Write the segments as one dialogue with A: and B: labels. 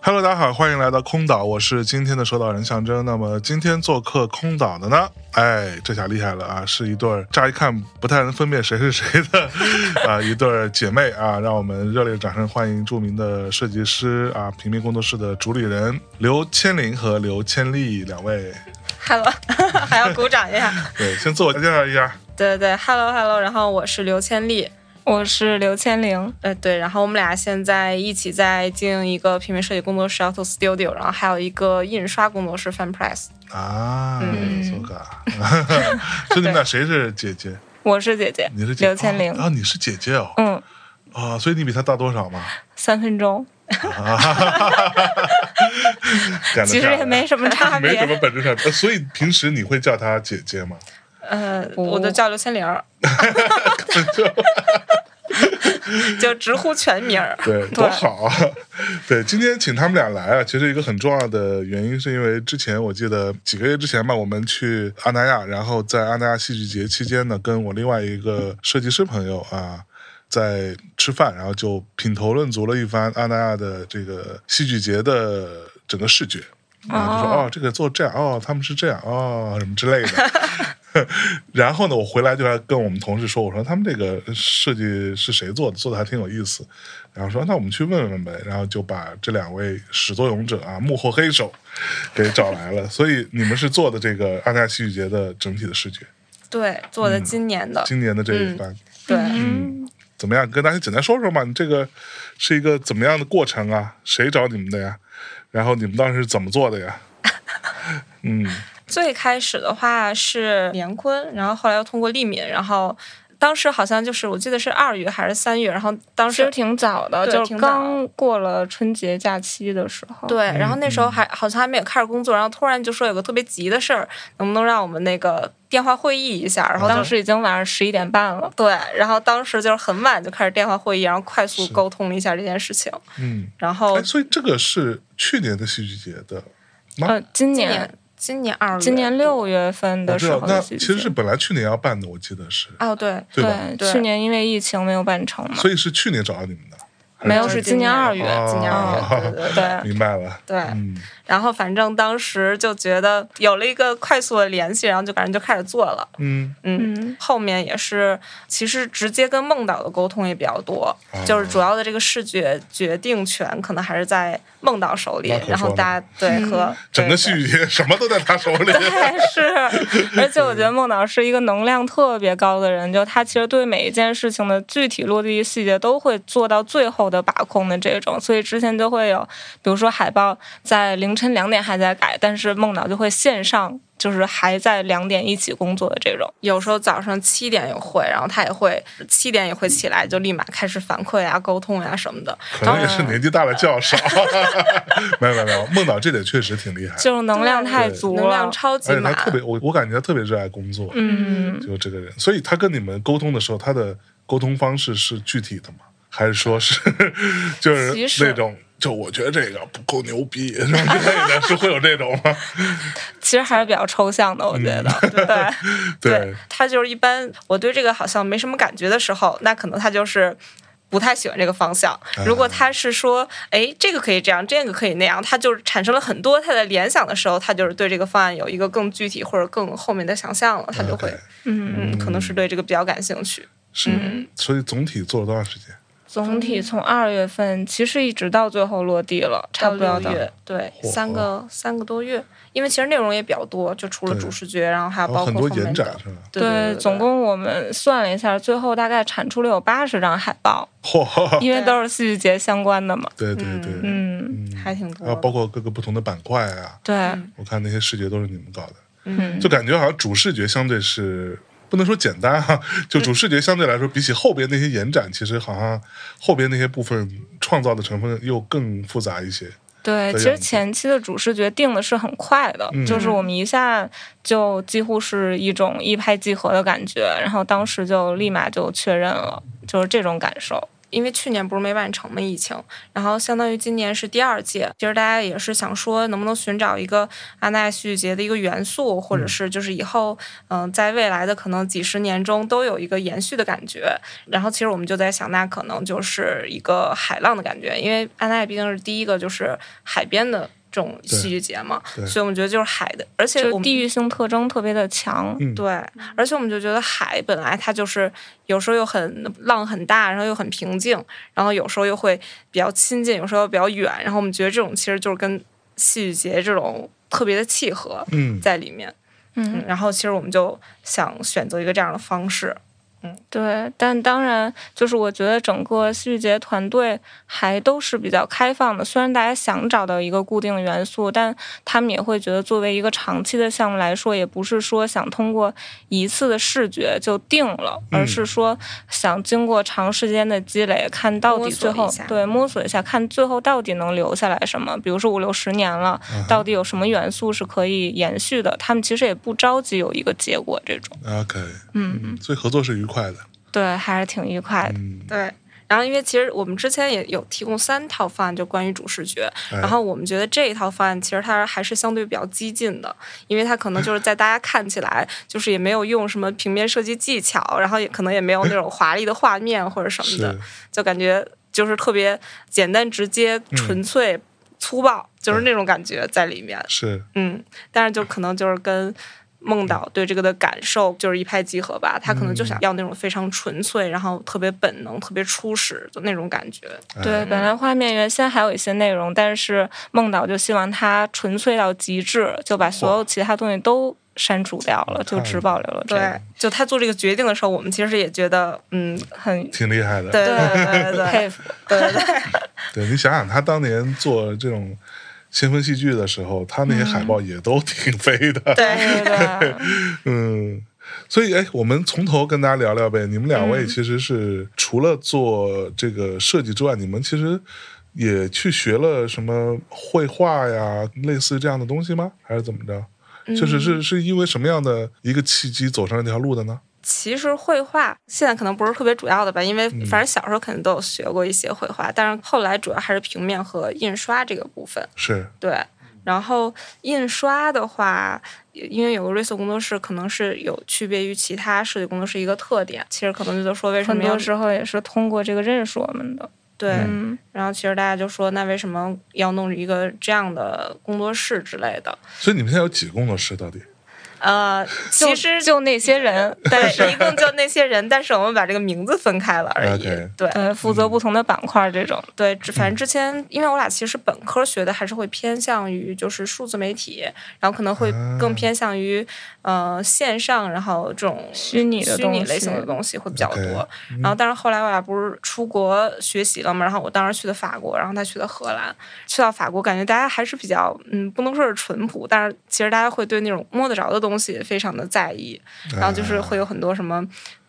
A: Hello，大家好，欢迎来到空岛，我是今天的守岛人象征。那么今天做客空岛的呢，哎，这下厉害了啊，是一对儿乍一看不太能分辨谁是谁的 啊、一对儿姐妹啊，让我们热烈掌声欢迎著名的设计师啊，平民工作室的主理人刘千灵和刘千丽两位。
B: Hello，还 要鼓掌一 下。
A: 对，先自我介绍一下。
B: 对对对，Hello Hello，然后我是刘千丽，
C: 我是刘千灵，
B: 呃对，然后我们俩现在一起在经营一个平面设计工作室 Auto Studio，然后还有一个印刷工作室 Fan Press。
A: 啊，
B: 嗯
A: 苏 嘎，所以你们俩谁是姐姐？
C: 我是姐姐，
A: 你是姐
C: 刘千灵，
A: 啊，啊你是姐姐哦，
C: 嗯，
A: 啊，所以你比她大多 少嘛？
C: 三分钟，
A: 赶得
C: 其实
A: 上
C: 也没什么 差
A: 没什么
C: 别，
A: 本质上，呃所以平时你会叫她姐姐吗？
B: 呃，
C: 哦
B: 我就叫刘千灵儿， 就直呼全名儿。
A: 对，多好啊！对，今天请他们俩来啊，其实一个很重要的原因是因为之前我记得几个月之前吧，我们去阿那亚，然后在阿那亚戏剧节期间呢，跟我另外一个设计师朋友啊。在吃饭，然后就品头论足了一番阿那亚的这个戏剧节的整个视觉，啊，就说
C: 哦
A: 哦，这个做这样，哦，他们是这样，哦，什么之类的。 然后呢，我回来就来跟我们同事说，我说他们这个设计是谁做的，做的还挺有意思。然后说那我们去问问呗，然后就把这两位始作俑者啊，幕后黑手给找来了。所以你们是做的这个阿那亚戏剧节的整体的视觉，
B: 对，做的
A: 嗯
B: 今年的，
A: 今年的这一番、
B: 对，
C: 嗯，
A: 怎么样？跟大家简单说说吧，你这个是一个怎么样的过程啊？谁找你们的呀？然后你们当时是怎么做的 呀？嗯，
B: 最开始的话是连坤，然后后来又通过利敏，然后当时好像就是我记得是二月还是三月，然后当
C: 其实
B: 时
C: 挺早的，
B: 对
C: 就
B: 挺
C: 是
B: 早
C: 刚过了春节假期的时候，，
B: 对，然后那时候还好像还没有开始工作，然后突然就说有个特别急的事儿，能不能让我们那个电话会议一下？然后
C: 当
B: 当时、
C: 时已经晚上十一点半了，
B: 对，然后当时就是很晚就开始电话会议，然后快速
A: 是
B: 沟通了一下这件事情，
A: 嗯，
B: 然后
C: 哦
A: 哎，所以这个是去年的戏剧节的，啊
C: 呃，
B: 今
C: 今年
B: 年今年二月，
C: 今年六月份
A: 我
C: 的
A: 知
C: 时
A: 道啊
C: 候。
A: 那
C: 的戏
A: 其
C: 剧节，
A: 实是本来去年要办的，我记得是，
B: 哦对，
A: 对吧？
C: 对，
B: 对
C: 去年因为疫情没有办成嘛，
A: 所以是去年找到你们的，
C: 没有
B: 是
C: 是
B: 今
C: 今年
B: 年
C: 二月，
A: 哦
B: 今年二月，对对对。
A: 明白了。
B: 对，
C: 哎
A: 嗯，
B: 然后反正当时就觉得有了一个快速的联系，然后就感觉就开始做了，
A: 嗯，
B: 嗯，
C: 嗯，
B: 后面也是，其实直接跟梦岛的沟通也比较多，
A: 哦
B: 就是主要的这个视觉决定权可能还是在梦岛手里
A: 那可，说
B: 然后大家对和
A: 整个戏
B: 对
A: 剧节什么都在他手 里。
C: 对，是，而且我觉得孟导是一个能量特别高的人，就他其实对每一件事情的具体落地细节都会做到最后的把控的这种，所以之前就会有，比如说海报在凌晨两点还在改，但是孟导就会线上。就是还在两点一起工作的这种，
B: 有时候早上七点有会，然后他也会七点也会起来，就立马开始反馈啊、沟通呀、什么的。
A: 可能也是年纪大了较少， 没有没有没有，孟导这点确实挺厉害，
C: 就是能量太
A: 对
C: 足
B: 能量
C: 了，
B: 超级
A: 而且
B: 满
A: 他，特别，我我感觉他特别热爱工作，
C: 嗯，
A: 就这个人，所以他跟你们沟通的时候，他的沟通方式是具体的吗？还是说是 就是
C: 其实
A: 那种就我觉得这个不够牛逼什么之类的，是会有这种吗？
C: 其实还是比较抽象的，我觉得，对。
A: 对，
B: 他就是一般我对这个好像没什么感觉的时候，那可能他就是。不太喜欢这个方向。
A: 哎
B: 如果他是说，哎，这个可以这样，这个可以那样，他就是产生了很多他的联想的时候，他就是对这个方案有一个更具体或者更后面的想象了，他就会
A: OK，
B: 嗯，可能是对这个比较感兴趣。
A: 是，
B: 嗯
A: 所以总体做了多长时间？
C: 总体从二月份其实一直到最后落地了，差
B: 到
C: 不
B: 六
C: 多
B: 月，对，
A: 嚯
B: 三个三个多月，因为其实内容也比较多，就除了
A: 对
B: 主视觉，然后还有
A: 然
B: 啊
A: 后
B: 包括
A: 很
B: 后
A: 多
B: 面
A: 延
B: 的
A: 展，是啊吧？
B: 对对对对对
C: 总共我们算了一下，最后大概产出了有八十张海报，
A: 嚯，
C: 因为都是戏剧节相关的嘛。
A: 对对对，
C: 嗯，
A: 嗯
B: 还挺多
A: 哦然后包括各个不同的板块啊，
C: 对，
A: 我看那些视觉都是你们搞的，嗯，就感觉好像主视觉相对是。不能说简单哈、啊，就主视觉相对来说，比起后边那些延展，其实好像后边那些部分创造的成分又更复杂一些。
C: 对，其实前期的主视觉定的是很快的，
A: 嗯
C: 就是我们一下就几乎是一种一拍即合的感觉，然后当时就立马就确认了，就是这种感受。
B: 因为去年不是没完成嘛疫情，然后相当于今年是第二届。其实大家也是想说，能不能寻找一个阿那亚戏剧节的一个元素，或者是就是以后，嗯、在未来的可能几十年中都有一个延续的感觉。然后其实我们就在想，那可能就是一个海浪的感觉，因为阿那亚毕竟是第一个就是海边的。这种戏剧节嘛，
A: 对对
B: 所以我们觉得就是海的，而且
C: 就
B: 我
C: 是
B: 们
C: 地域性特征特别的强，
A: 嗯
B: 对，而且我们就觉得海本来它就是有时候又很浪很大，然后又很平静，然后有时候又会比较亲近，有时候又比较远，然后我们觉得这种其实就是跟戏剧节这种特别的契合
A: 嗯，
B: 在里面。
C: 嗯，
B: 然后其实我们就想选择一个这样的方式，
C: 对，但当然，就是我觉得整个戏剧节团队还都是比较开放的。虽然大家想找到一个固定的元素，但他们也会觉得，作为一个长期的项目来说，也不是说想通过一次的视觉就定了，
A: 嗯
C: 而是说想经过长时间的积累，看到
B: 摸
C: 底
B: 索
C: 最后
B: 一下
C: 对摸索一下，看最后到底能留下来什么。比如说五六十年了，到底有什么元素是可以延续的？他们其实也不着急有一个结果，这种
A: OK，嗯，所以合作是愉快的，
C: 对还是挺愉快的。
A: 嗯，
B: 对。然后，因为其实我们之前也有提供三套方案，就关于主视觉。
A: 哎
B: 然后我们觉得这一套方案其实它还是相对比较激进的，因为它可能就是在大家看起来就是也没有用什么平面设计技巧，然后也可能也没有那种华丽的画面或者什么的
A: 是，，
B: 就感觉就是特别简单、直接、
C: 嗯
B: 纯粹、粗暴，就是那种感觉在里面。
A: 是，
B: 嗯，但是就可能就是跟梦岛对这个的感受就是一拍即合吧。他可能就想要那种非常纯粹，然后特别本能、特别初始的那种感觉。
A: 哎
C: 对，本来画面原先还有一些内容，但是梦岛就希望它纯粹到极致，就把所有其他东西都删除掉了，就只保留了这
B: 对
C: 个。，
B: 就他做这个决定的时候，我们其实也觉得，嗯，
C: 很
A: 挺厉害的，
B: 对对对
C: 佩
B: 对
C: 服。
B: 对对，
A: 对你想想，他当年做这种先锋戏剧的时候，他那些海报也都挺 飞的，
C: 对对
A: 嗯，所以哎，我们从头跟大家聊聊呗。你们两位其实是、除了做这个设计之外，你们其实也去学了什么绘画呀，类似这样的东西吗？还是怎么着？就是是是因为什么样的一个契机走上这条路的呢？
B: 其实绘画现在可能不是特别主要的吧，因为反正小时候肯定都有学过一些绘画，但是后来主要还是平面和印刷这个部分。
A: 是，
B: 对，然后印刷的话，因为有个瑞穗工作室，可能是有区别于其他设计工作室一个特点。其实可能就是说为
C: 对，
B: 什
C: 很
B: 么要
C: 多时候也是通过这个认识我们的。
B: 对，
C: 嗯，
B: 然后其实大家就说，那为什么要弄一个这样的工作室之类的？
A: 所以你们现在有几个工作室到底？
B: 呃，
C: 就
B: 其实
C: 就那些人，
B: 对，一共就那些人，但是我们把这个名字分开了而已。
A: OK
B: 对
C: 对，呃负责不同的板块这种。
B: 对，只反正之前，因为我俩其实本科学的还是会偏向于就是数字媒体，然后可能会更偏向于、呃线上，然后这种
C: 虚拟的
B: 虚拟
C: 东
B: 类型
C: 西
B: 的东西会比较
A: OK，
B: 多。然后，但是后来我俩不是出国学习了嘛，然后我当时去的法国，然后他去的荷兰。去到法国，感觉大家还是比较嗯，不能说是淳朴，但是其实大家会对那种摸得着的东西非常的在意。然后就是会有很多什么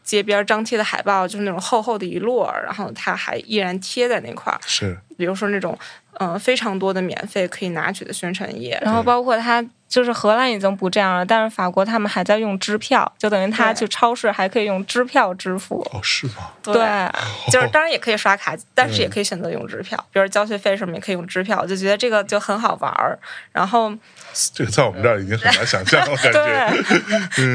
B: 街边张贴的海报，就是那种厚厚的一摞儿，然后它还依然贴在那块儿。
A: 是
B: 比如说那种嗯、呃非常多的免费可以拿取的宣传页，
C: 然后包括他，就是荷兰已经不这样了，但是法国他们还在用支票，就等于他
B: 对
C: 去超市还可以用支票支付。
A: 哦，是吗？
B: 对就是当然也可以刷卡，但
A: 嗯
B: 是也可以选择用支票，比如交学费什么也可以用支票，就觉得这个就很好玩儿。然后
A: 这个在我们这儿已经很难想象了， 感觉。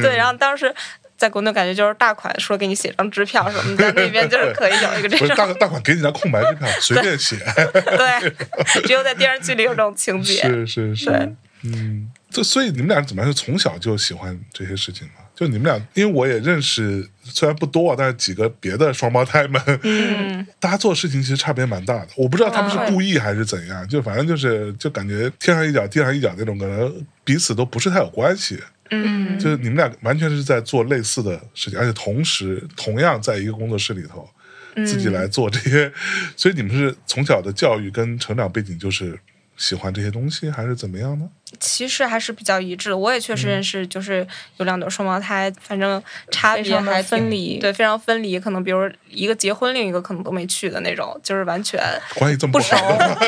B: 对，然后当时。在国内感觉就是大款说给你写张支票什么的，那边就是可以有一个这
A: 不是
B: 种，
A: 大大款给你张空白支票，随便写，
B: 对， 只有在电视剧里有这种情节。
A: 是是是
B: 对，
A: 嗯，这所以你们俩怎么样？是从小就喜欢这些事情吗？就你们俩，因为我也认识，虽然不多啊，但是几个别的双胞胎们，
B: 嗯，
A: 大家做的事情其实差别蛮大的。我不知道他们是
C: 嗯
A: 故意还是怎样，就反正就是就感觉天上一脚地上一脚那种，可能彼此都不是太有关系。
B: 嗯
A: 就是你们俩完全是在做类似的事情，而且同时同样在一个工作室里头，
B: 嗯
A: 自己来做这些，所以你们是从小的教育跟成长背景就是喜欢这些东西，还是怎么样呢？
B: 其实还是比较一致。我也确实
A: 嗯
B: 认识，就是有两对双胞胎，反正差别还挺
C: 分离，
B: 对，非常分离。可能比如一个结婚，另一个可能都没去的那种，就是完全
A: 关系这么
B: 不
A: 熟，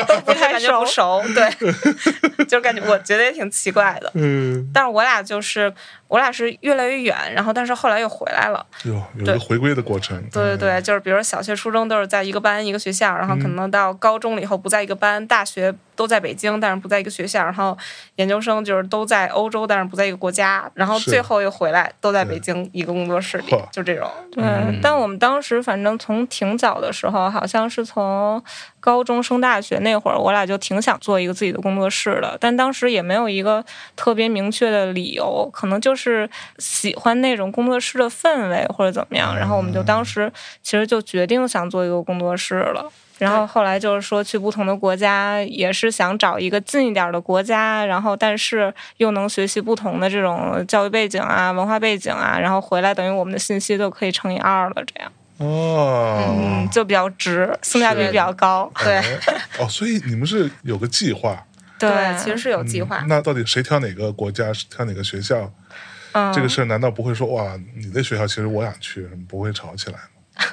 B: 都不太感觉不 熟， 对，就感觉我觉得也挺奇怪 的。
A: 嗯，
B: 但是我俩就是我俩是越来越远，然后但是后来又回来了。
A: 有有一
B: 对
A: 个回归的过程。
B: 对对
A: 嗯
B: 对，就是比如说小学、初中都是在一个班一个学校，然后可能到高中了以后不在一个班，大学都在北京，但是不在一个学校，然后研究生就是都在欧洲，但是不在一个国家，然后
A: 是
B: 最后又回来，都在
A: 对
B: 北京一个工作室里
A: 嚯，嗯
B: 就这种。
C: 对，但我们当时反正从挺早的时候，好像是从高中升大学那会儿，我俩就挺想做一个自己的工作室的，但当时也没有一个特别明确的理由，可能就是喜欢那种工作室的氛围或者怎么样，然后我们就当时其实就决定想做一个工作室了。然后后来就是说去不同的国家，也是想找一个近一点的国家，然后但是又能学习不同的这种教育背景啊、文化背景啊，然后回来等于我们的信息都可以乘以二了，这样，
A: 哦
C: 嗯，，就比较值，性价比
B: 是
C: 比较高。
B: 对
A: 哎，哦，所以你们是有个计划，
B: 对，其实是有计划
A: 嗯。那到底谁挑哪个国家，挑哪个学校？
C: 嗯
A: 这个事儿难道不会说哇，你的学校其实我想去，不会吵起来吗？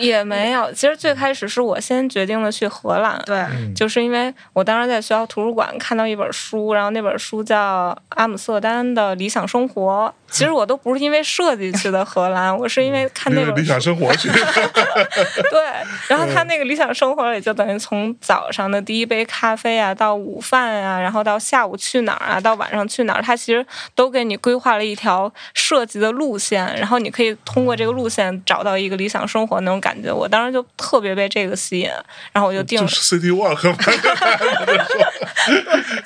C: 也没有。其实最开始是我先决定了去荷兰，
B: 对，
A: 嗯
C: 就是因为我当时在学校图书馆看到一本书，然后那本书叫《阿姆斯特丹的理想生活》。其实我都不是因为设计去的荷兰，我是因为看那
A: 为了
C: 本
A: 理
C: 书
A: 想生活 去，
C: 对，然后
A: 嗯
C: 他那个理想生活里就等于从早上的第一杯咖啡啊，到午饭啊，然后到下午去哪儿啊，到晚上去哪儿，他其实都给你规划了一条设计的路线，然后你可以通过这个
A: 嗯
C: 路线找到一个理想生活那种感觉。我当时就特别被这个吸引，然后我就定
A: 就
C: 了，
A: 是 City Walk 嘛。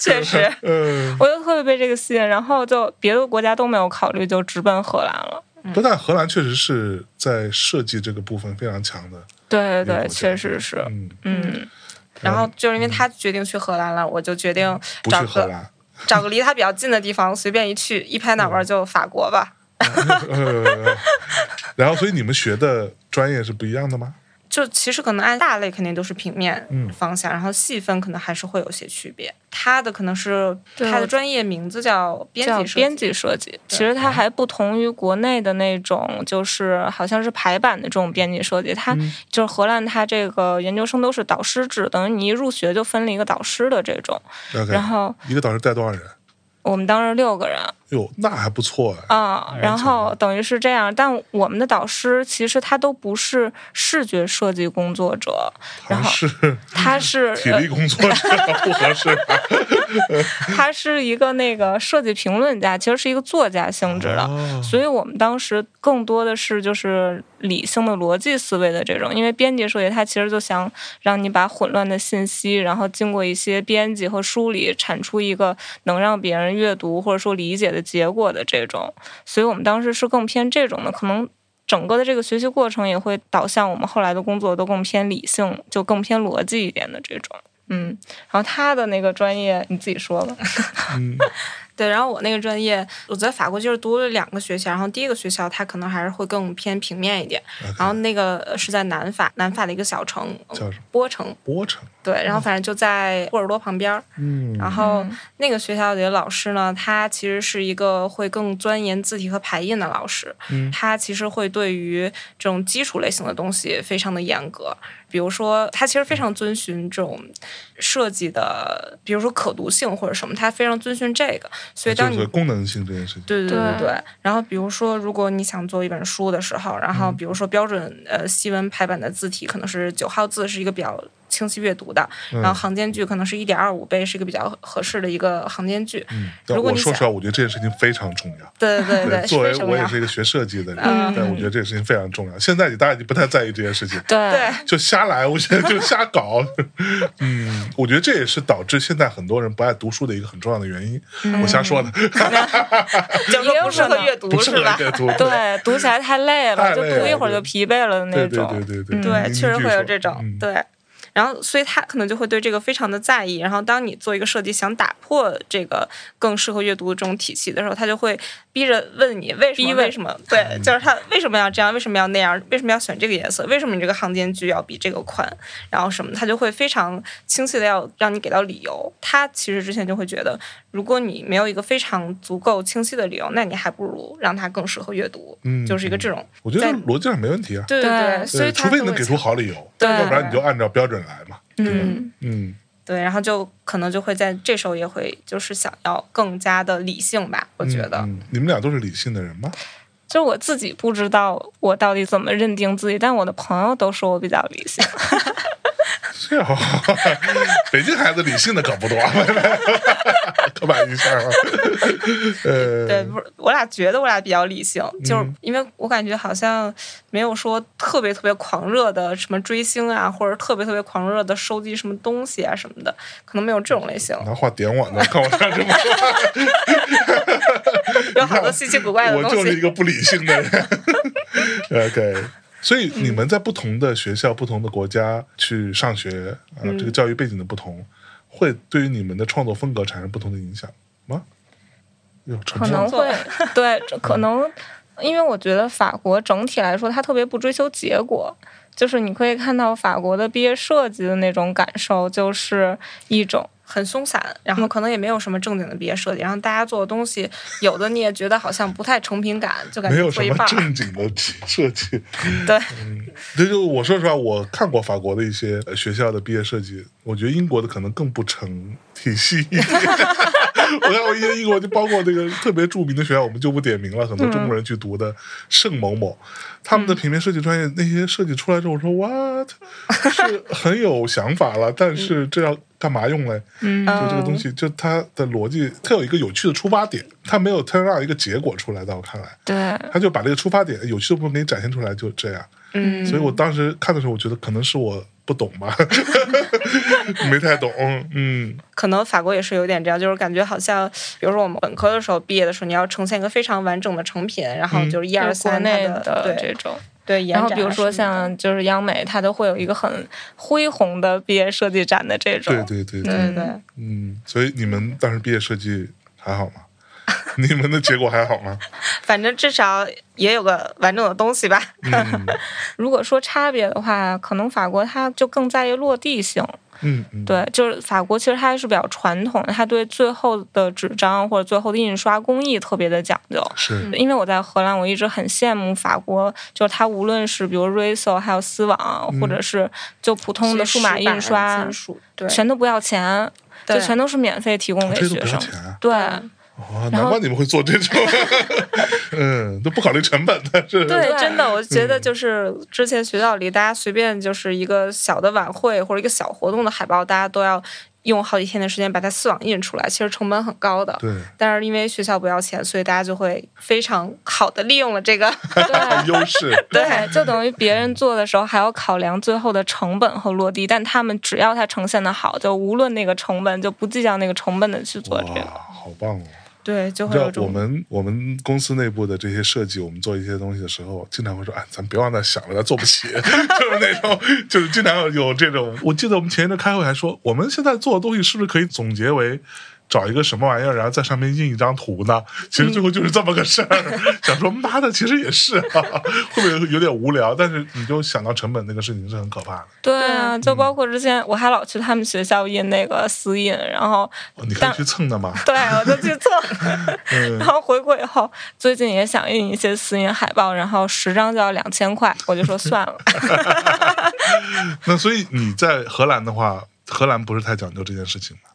B: 确实。
A: 嗯，
C: 我就特别被这个吸引，然后就别的国家都没有考虑，就直奔荷兰了。
B: 嗯
A: 不但荷兰确实是在设计这个部分非常强的。
C: 对
A: 美国
C: 对
A: 这
C: 对，确
A: 样
C: 实是，
A: 嗯，
C: 嗯，
B: 然后就是因为他决定去荷兰了，我就决定
A: 不
B: 找
A: 去荷
B: 个
A: 兰。
B: 找个离他比较近的地方，随便一去，一拍脑门儿
A: 嗯
B: 就法国吧。
A: 呃，然后所以你们学的专业是不一样的吗？
B: 就其实可能按大类肯定都是平面
A: 嗯
B: 方向，然后细分可能还是会有些区别。他的可能是
C: 对
B: 他的专业名字叫编
C: 叫
B: 辑设计，
C: 编辑设计，其实它还不同于国内的那种，就是好像是排版的这种编辑设计。它就是荷兰，它这个研究生都是导师制，等于你一入学就分了一个导师的这种。
A: OK，
C: 然后
A: 一个导师带多少人？
C: 我们当时六个人
A: 哟，那还不错哎。
C: 啊、然后等于是这样，但我们的导师其实他都不是视觉设计工作者，然
A: 还
C: 后
A: 是
C: 他是呃
A: 体
B: 呃
A: 力工作 者不合适吧。
C: 他是一个那个设计评论家，其实是一个作家性质的。
A: 哦
C: 所以我们当时更多的是就是理性的逻辑思维的这种，因为编辑设计它其实就想让你把混乱的信息，然后经过一些编辑和梳理，产出一个能让别人阅读或者说理解的结果的这种。所以我们当时是更偏这种的，可能。整个的这个学习过程也会导向我们后来的工作都更偏理性，就更偏逻辑一点的这种。嗯，然后他的那个专业你自己 说吧。
A: 嗯，
B: 对，然后我那个专业，我在法国就是读了两个学校，然后第一个学校它可能还是会更偏平面一点，然后那个呃是在南法，南法的一个小城
A: 叫什么
B: 波城，
A: 波城。
B: 对，然后反正就在波尔多旁边儿，
A: 嗯，
B: 然后
C: 嗯
B: 那个学校里的老师呢，他其实是一个会更钻研字体和排印的老师，
A: 嗯
B: 他其实会对于这种基础类型的东西非常的严格，比如说他其实非常遵循这种设计的，呃比如说可读性或者什么，他非常遵循这个，所以当
A: 就是
B: 你
A: 功能性这件事情。
B: 对对对对
C: 对
B: 对。然后比如说，如果你想做一本书的时候，然后
A: 嗯
B: 比如说标准呃西文排版的字体可能是九号字是一个比较清晰阅读的，
A: 嗯
B: 然后行间距可能是一点二五倍是一个比较合适的一个行间距。
A: 嗯，但
B: 如果
A: 我
B: 你
A: 说
B: 想
A: 实话，我觉得这件事情非常重要。
B: 对对对对，
A: 作为
B: 非常
A: 我也
B: 要
A: 是一个学设计的人，
B: 嗯
A: 但我觉得这个事情非常重要。现在你大家已经不太在意这件事情，
C: 对
B: 对
A: 就瞎来，我觉得就瞎搞。 嗯，我觉得这也是导致现在很多人不爱读书的一个很重要的原因。我瞎说的，
B: 就是 说不适合阅嗯读
A: 不
B: 是
A: 适合
B: 吧？
A: 阅读。
C: 对，读起来太累
A: 太
C: 了，就
A: 累
C: 读一
A: 了
C: 会儿就
A: 对
C: 疲惫了的那
A: 对对
C: 种。
A: 对对对
C: 嗯
B: 对，确实会有这
A: 嗯
B: 种对。然后所以他可能就会对这个非常的在意。然后当你做一个设计想打破这个更适合阅读这种体系的时候，他就会逼着问你为什
C: 逼
B: 么
C: 问
B: 为什么
A: 嗯
B: 对，就是他为什么要这样，为什么要那样，为什么要选这个颜色，为什么你这个行间距要比这个宽，然后什么，他就会非常清晰的要让你给到理由。他其实之前就会觉得，如果你没有一个非常足够清晰的理由，那你还不如让它更适合阅读，
A: 嗯
B: 就是一个这种。
A: 我觉得
B: 在
A: 逻辑上没问题啊，
B: 对
C: 对
B: 对，所
A: 对，
B: 以他
A: 除非
B: 就
A: 你能
B: 会
A: 给出
B: 强
A: 好理由，
B: 对
A: 要不然你就按照标准来嘛。
B: 嗯，
A: 嗯，
B: 对，然后就可能就会在这时候也会就是想要更加的理性吧，我觉得。
A: 嗯嗯你们俩都是理性的人吗？
C: 就是我自己不知道我到底怎么认定自己，但我的朋友都说我比较理性。
A: 这样，啊北京孩子理性的可不多， 刻板 印象啊。呃，
B: 对，不是，我俩觉得我俩比较理性，就是
A: 嗯
B: 因为我感觉好像没有说特别特别狂热的什么追星啊，或者特别特别狂热的收集什么东西啊什么的，可能没有这种类型，
A: 拿话点我呢，看我这样这么
B: 有好多稀奇古怪的
A: 我
B: 东
A: 就是一
B: 西。
A: 个不理性的人。OK，所以你们在不同的学校、不同的国家去上学啊、
B: 嗯
A: 这个教育背景的不同，会对于你们的创作风格产生不同的影响吗？哟，沉
C: 可
A: 默
C: 能
A: 了。
C: 会对，这可能因为我觉得法国整体来说，它特别不追求结果。就是你可以看到法国的毕业设计的那种感受，就是一种
B: 很松散，然后可能也没有什么正经的毕业设计，然后大家做的东西，有的你也觉得好像不太成品感，就感
A: 没
B: 觉
A: 有
B: 做
A: 什
B: 一
A: 么
B: 半儿。
A: 正经的 设计，
B: 对，
A: 这就我说实话，我看过法国的一些呃学校的毕业设计，我觉得英国的可能更不成体系一点。我看过一些英国，就包括那个特别著名的学校，我们就不点名了，很多中国人去读的
B: 嗯
A: 圣某某，他们的平面设计专业那些设计出来之后，我说 what 是很有想法了，但是这要干嘛用嘞？
C: 嗯
A: 就这个东西，就它的逻辑，它有一个有趣的出发点，它没有 turn out 一个结果出来，在我看来，
C: 对，
A: 它就把这个出发点有趣的部分给你展现出来，就这样。
B: 嗯，
A: 所以我当时看的时候，我觉得可能是我不懂吧， 没太懂。嗯，
B: 可能法国也是有点这样，就是感觉好像，比如说我们本科的时候毕业的时候，你要呈现一个非常完整的成品，然后就是一
C: 就
B: 二
C: 是国
B: 三它
C: 内
B: 的
C: 这
B: 对
C: 种。
B: 对，延
C: 然后
B: 展
C: 比如
B: 啊
C: 说
B: 什么的
C: 像就是央美，它都会有一个很恢宏的毕业设计展的这种。
A: 对对对对，
B: 对
C: 嗯
B: 对，
A: 嗯，所以你们当时毕业设计还好吗？ 你们的结果还好吗？
B: 反正至少也有个完整的东西吧。
A: 嗯
C: 如果说差别的话，可能法国它就更在意落地性。
A: 嗯嗯，
C: 对，就是法国其实它是比较传统的，它对最后的纸张或者最后的印刷工艺特别的讲究。
B: 嗯
A: 是，啊
C: 因为我在荷兰，我一直很羡慕法国，就是它无论是比如 Riso，还有丝网，或
B: 嗯
C: 者是就普通的数码印刷，
B: 金属对，
C: 全都不要钱，就
B: 对哦
C: 全都是免费提供
A: 啊
C: 给
A: 这都
C: 学
A: 不要
C: 生。
A: 钱啊！
C: 对
A: 哦，
C: 然
A: 难
C: 后
A: 怪你们会做这种， 嗯，都不考虑成本的，是
B: 对，
C: 对嗯
B: 真的，我觉得就是之前学校里，大家随便就是一个小的晚会或者一个小活动的海报，大家都要用好几天的时间把它丝网印出来，其实成本很高的。
A: 对，
B: 但是因为学校不要钱，所以大家就会非常好的利用了这个。
C: 对
A: 优势，
C: 对，就等于别人做的时候还要考量最后的成本和落地，但他们只要它呈现的好，就无论那个成本，就不计较那个成本的去做
A: 哇
C: 这个。，
A: 好棒哦！
B: 对，就
A: 你
B: 会
A: 知
B: 有
A: 道
B: 这
A: 我
B: 种
A: 们我们公司内部的这些设计，我们做一些东西的时候，经常会说：“哎，咱别往那想了，咱做不 起。”就是那种，就是经常有这种。我记得我们前一阵开会还说，我们现在做的东西是不是可以总结为找一个什么玩意儿，然后在上面印一张图呢？其实最后就是这么个事儿。
B: 嗯
A: 想说妈的，其实也是、啊，会不会有点无聊？但是你就想到成本那个事情是很可怕的。
C: 对啊，就包括之前我还老去他们学校印那个私印，然后
A: 哦你可以
C: 但
A: 去蹭的嘛。
C: 对我就去蹭，
A: 嗯
C: 然后回国以后，最近也想印一些私印海报，然后十张就要两千块，我就说算了。
A: 那所以你在荷兰的话，荷兰不是太讲究这件事情嘛？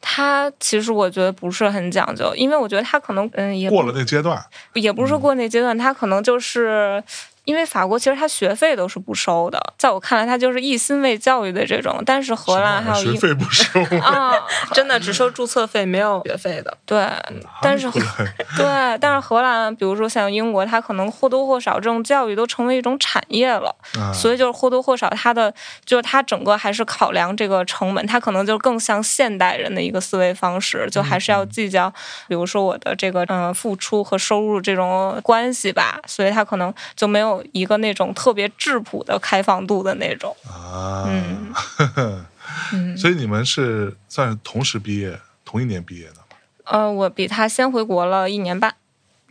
C: 他其实我觉得不是很讲究，因为我觉得他可能嗯也不
A: 过了那嗯阶段。
C: 也不是说过那阶段，他可能就是因为法国其实他学费都是不收的，在我看来，他就是一心为教育的这种。但是荷兰还有
A: 哦学
C: 英
A: 费不收，
C: 啊，
B: 真的只收注册费，没有学费的。
C: 对， 但是
A: 不然
C: 对，但是荷兰，比如说像英国，它可能或多或少这种教育都成为一种产业了，
A: 啊
B: 嗯
C: 所以就是或多或少它的就是它整个还是考量这个成本，它可能就更像现代人的一个思维方式，
B: 嗯
C: 就还是要计较，比如说我的这个嗯、呃付出和收入这种关系吧，所以它可能就没有一个那种特别质朴的开放度的那种，
A: 啊，
C: 嗯嗯，
A: 所以你们是算是同时毕业，同一年毕业的吗？
C: 呃，我比他先回国了一年半。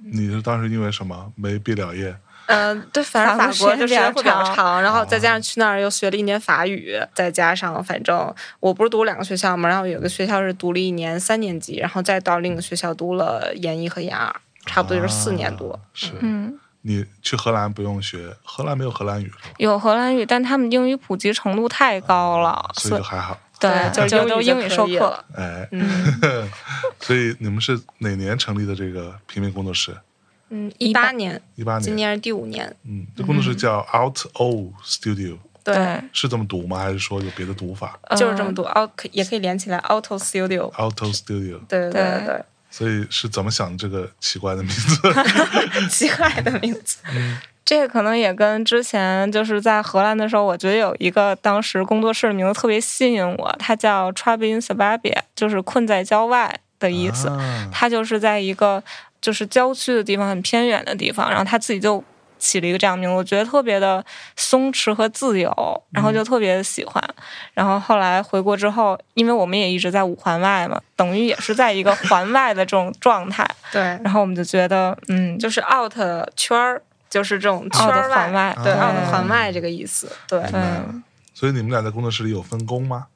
A: 你是当时因为什么没毕了业？
B: 嗯、对，反正
C: 法
B: 法
C: 国
B: 国
C: 时间
B: 就
C: 比
B: 时间会
C: 较
B: 比较
C: 长
B: 长，然后再加上去那儿又学了一年法语，再加上反正我不是读两个学校嘛，然后有个学校是读了一年三年级，然后再到另一个学校读了研一和研二，差不多就是四年多。
A: 啊是
C: 嗯，
A: 你去荷兰不用学，荷兰没有荷兰语是吧？
C: 有荷兰语，但他们英语普及程度太高了，
A: 所
C: 所
A: 以
C: 以
A: 就还好。
C: 对，
B: 就是
C: 就
B: 哎英
C: 都
B: 语就
C: 英语
B: 可
C: 授
B: 以
C: 课
B: 了。
A: 哎，
C: 嗯，
A: 所以你们是哪年成立的这个平面工作室？
B: 嗯，一八年，
A: 一八
B: 今
A: 年。
B: 年是第五年，
A: 嗯，这工作室叫 Out O Studio，
B: 对，
C: 嗯
A: 是这么读吗？还是说有别的读法
B: 就是这么多。奥可也可以连起来，Auto Studio。
A: ？Auto Studio。
B: 对对
C: 对
B: 对，
A: 所以是怎么想的这个奇怪的名字？
B: 奇怪的名 字。
C: 这可能也跟之前就是在荷兰的时候，我觉得有一个当时工作室的名字特别吸引我，它叫 Trapped in Suburbia，就是困在郊外的意思。
A: 啊
C: 他就是在一个就是郊区的地方，很偏远的地方，然后他自己就起了一个这样的名字，我觉得特别的松弛和自由，然后就特别的喜欢。然后后来回国之后，因为我们也一直在五环外嘛，等于也是在一个环外的这种状态，
B: 对，
C: 然后我们就觉得，嗯，
B: 就是 out 圈儿，就是这种圈
C: 奥的
B: 儿
C: 环外，
B: 对
A: 啊
B: out 环外这个意思。对，
A: 明
C: 对
A: 白
B: 嗯
A: 了。所以你们俩在工作室里有分工吗？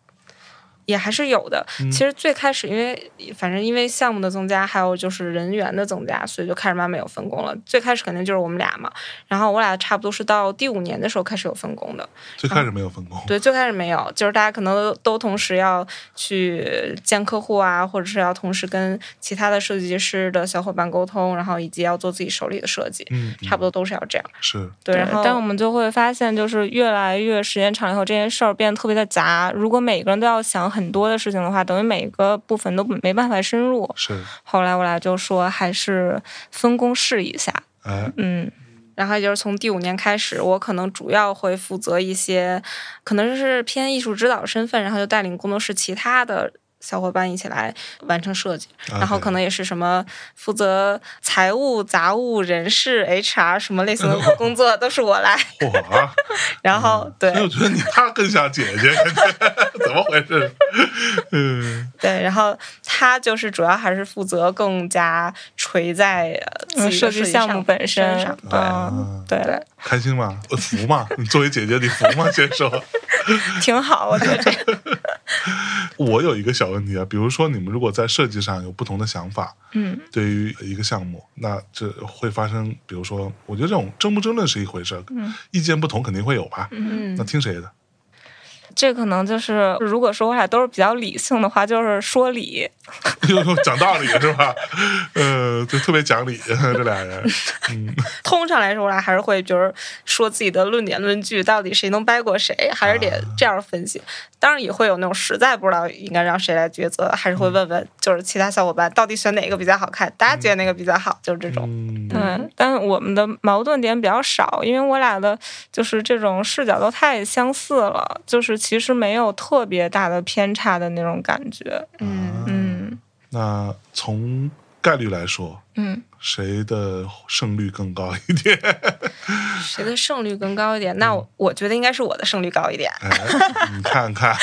B: 也还是有的。
A: 嗯
B: 其实最开始因为反正因为项目的增加，还有就是人员的增加，所以就开始慢慢有分工了。最开始肯定就是我们俩嘛，然后我俩差不多是到第五年的时候开始有分工的。
A: 最开始没有分工，
B: 对，最开始没有，就是大家可能都都同时要去见客户啊，或者是要同时跟其他的设计师的小伙伴沟通，然后以及要做自己手里的设计，
A: 嗯，嗯
B: 差不多都是要这样。
A: 是
B: 对，然后
C: 但我们就会发现，就是越来越时间长了以后，这件事儿变得特别的杂。如果每个人都要想很多的事情的话，等于每个部分都没办法深入。
A: 是，
C: 后来我俩就说，还是分工试一下。
A: 哎，
C: 嗯，
B: 然后也就是从第五年开始，我可能主要会负责一些，可能是偏艺术指导身份，然后就带领工作室其他的小伙伴一起来完成设计，
A: 啊
B: 然后可能也是什么负责财务、杂务、人事、HR 什么类型的工作都是我来，
A: 嚯啊！
B: 然后 对
A: 所以我觉得你他更像姐姐， 感觉怎么回事？嗯，
B: 对，然后他就是主要还是负责更加垂在呃自己的
C: 设计项目本身嗯
B: 身上，嗯对。
A: 啊
C: 对，
B: 对
A: 开心吗？呃服吗？你作为姐姐，你服吗？先说，
C: 挺好，我觉得这样。
A: 我有一个小问题啊，比如说你们如果在设计上有不同的想法，
C: 嗯，
A: 对于一个项目，那这会发生，比如说，我觉得这种争不争论是一回事儿，意见不同肯定会有吧？
B: 嗯
A: 那，听谁的？
C: 这可能就是，如果说我俩都是比较理性的话，就是说理。
A: 又又 讲道理是吧？呃，就特别讲理， 这俩人，嗯，
B: 通常来说，我俩还是会，比如说自己的论点论据，到底谁能掰过谁，还是得这样分析。当然也会有那种实在不知道应该让谁来抉择，还是会问问，就是其他小伙伴到底选哪个比较好看，大家觉得哪个比较好，就是这种。
A: 嗯
C: 对，但我们的矛盾点比较少，因为我俩的就是这种视角都太相似了，就是其实没有特别大的偏差的那种感觉。
B: 嗯，
C: 嗯
A: 那从概率来说，
C: 嗯，
A: 谁的胜率更高一点？
B: 谁的胜率更高一点？那我我觉得应该是我的胜率高一点。
A: 哎，你看看，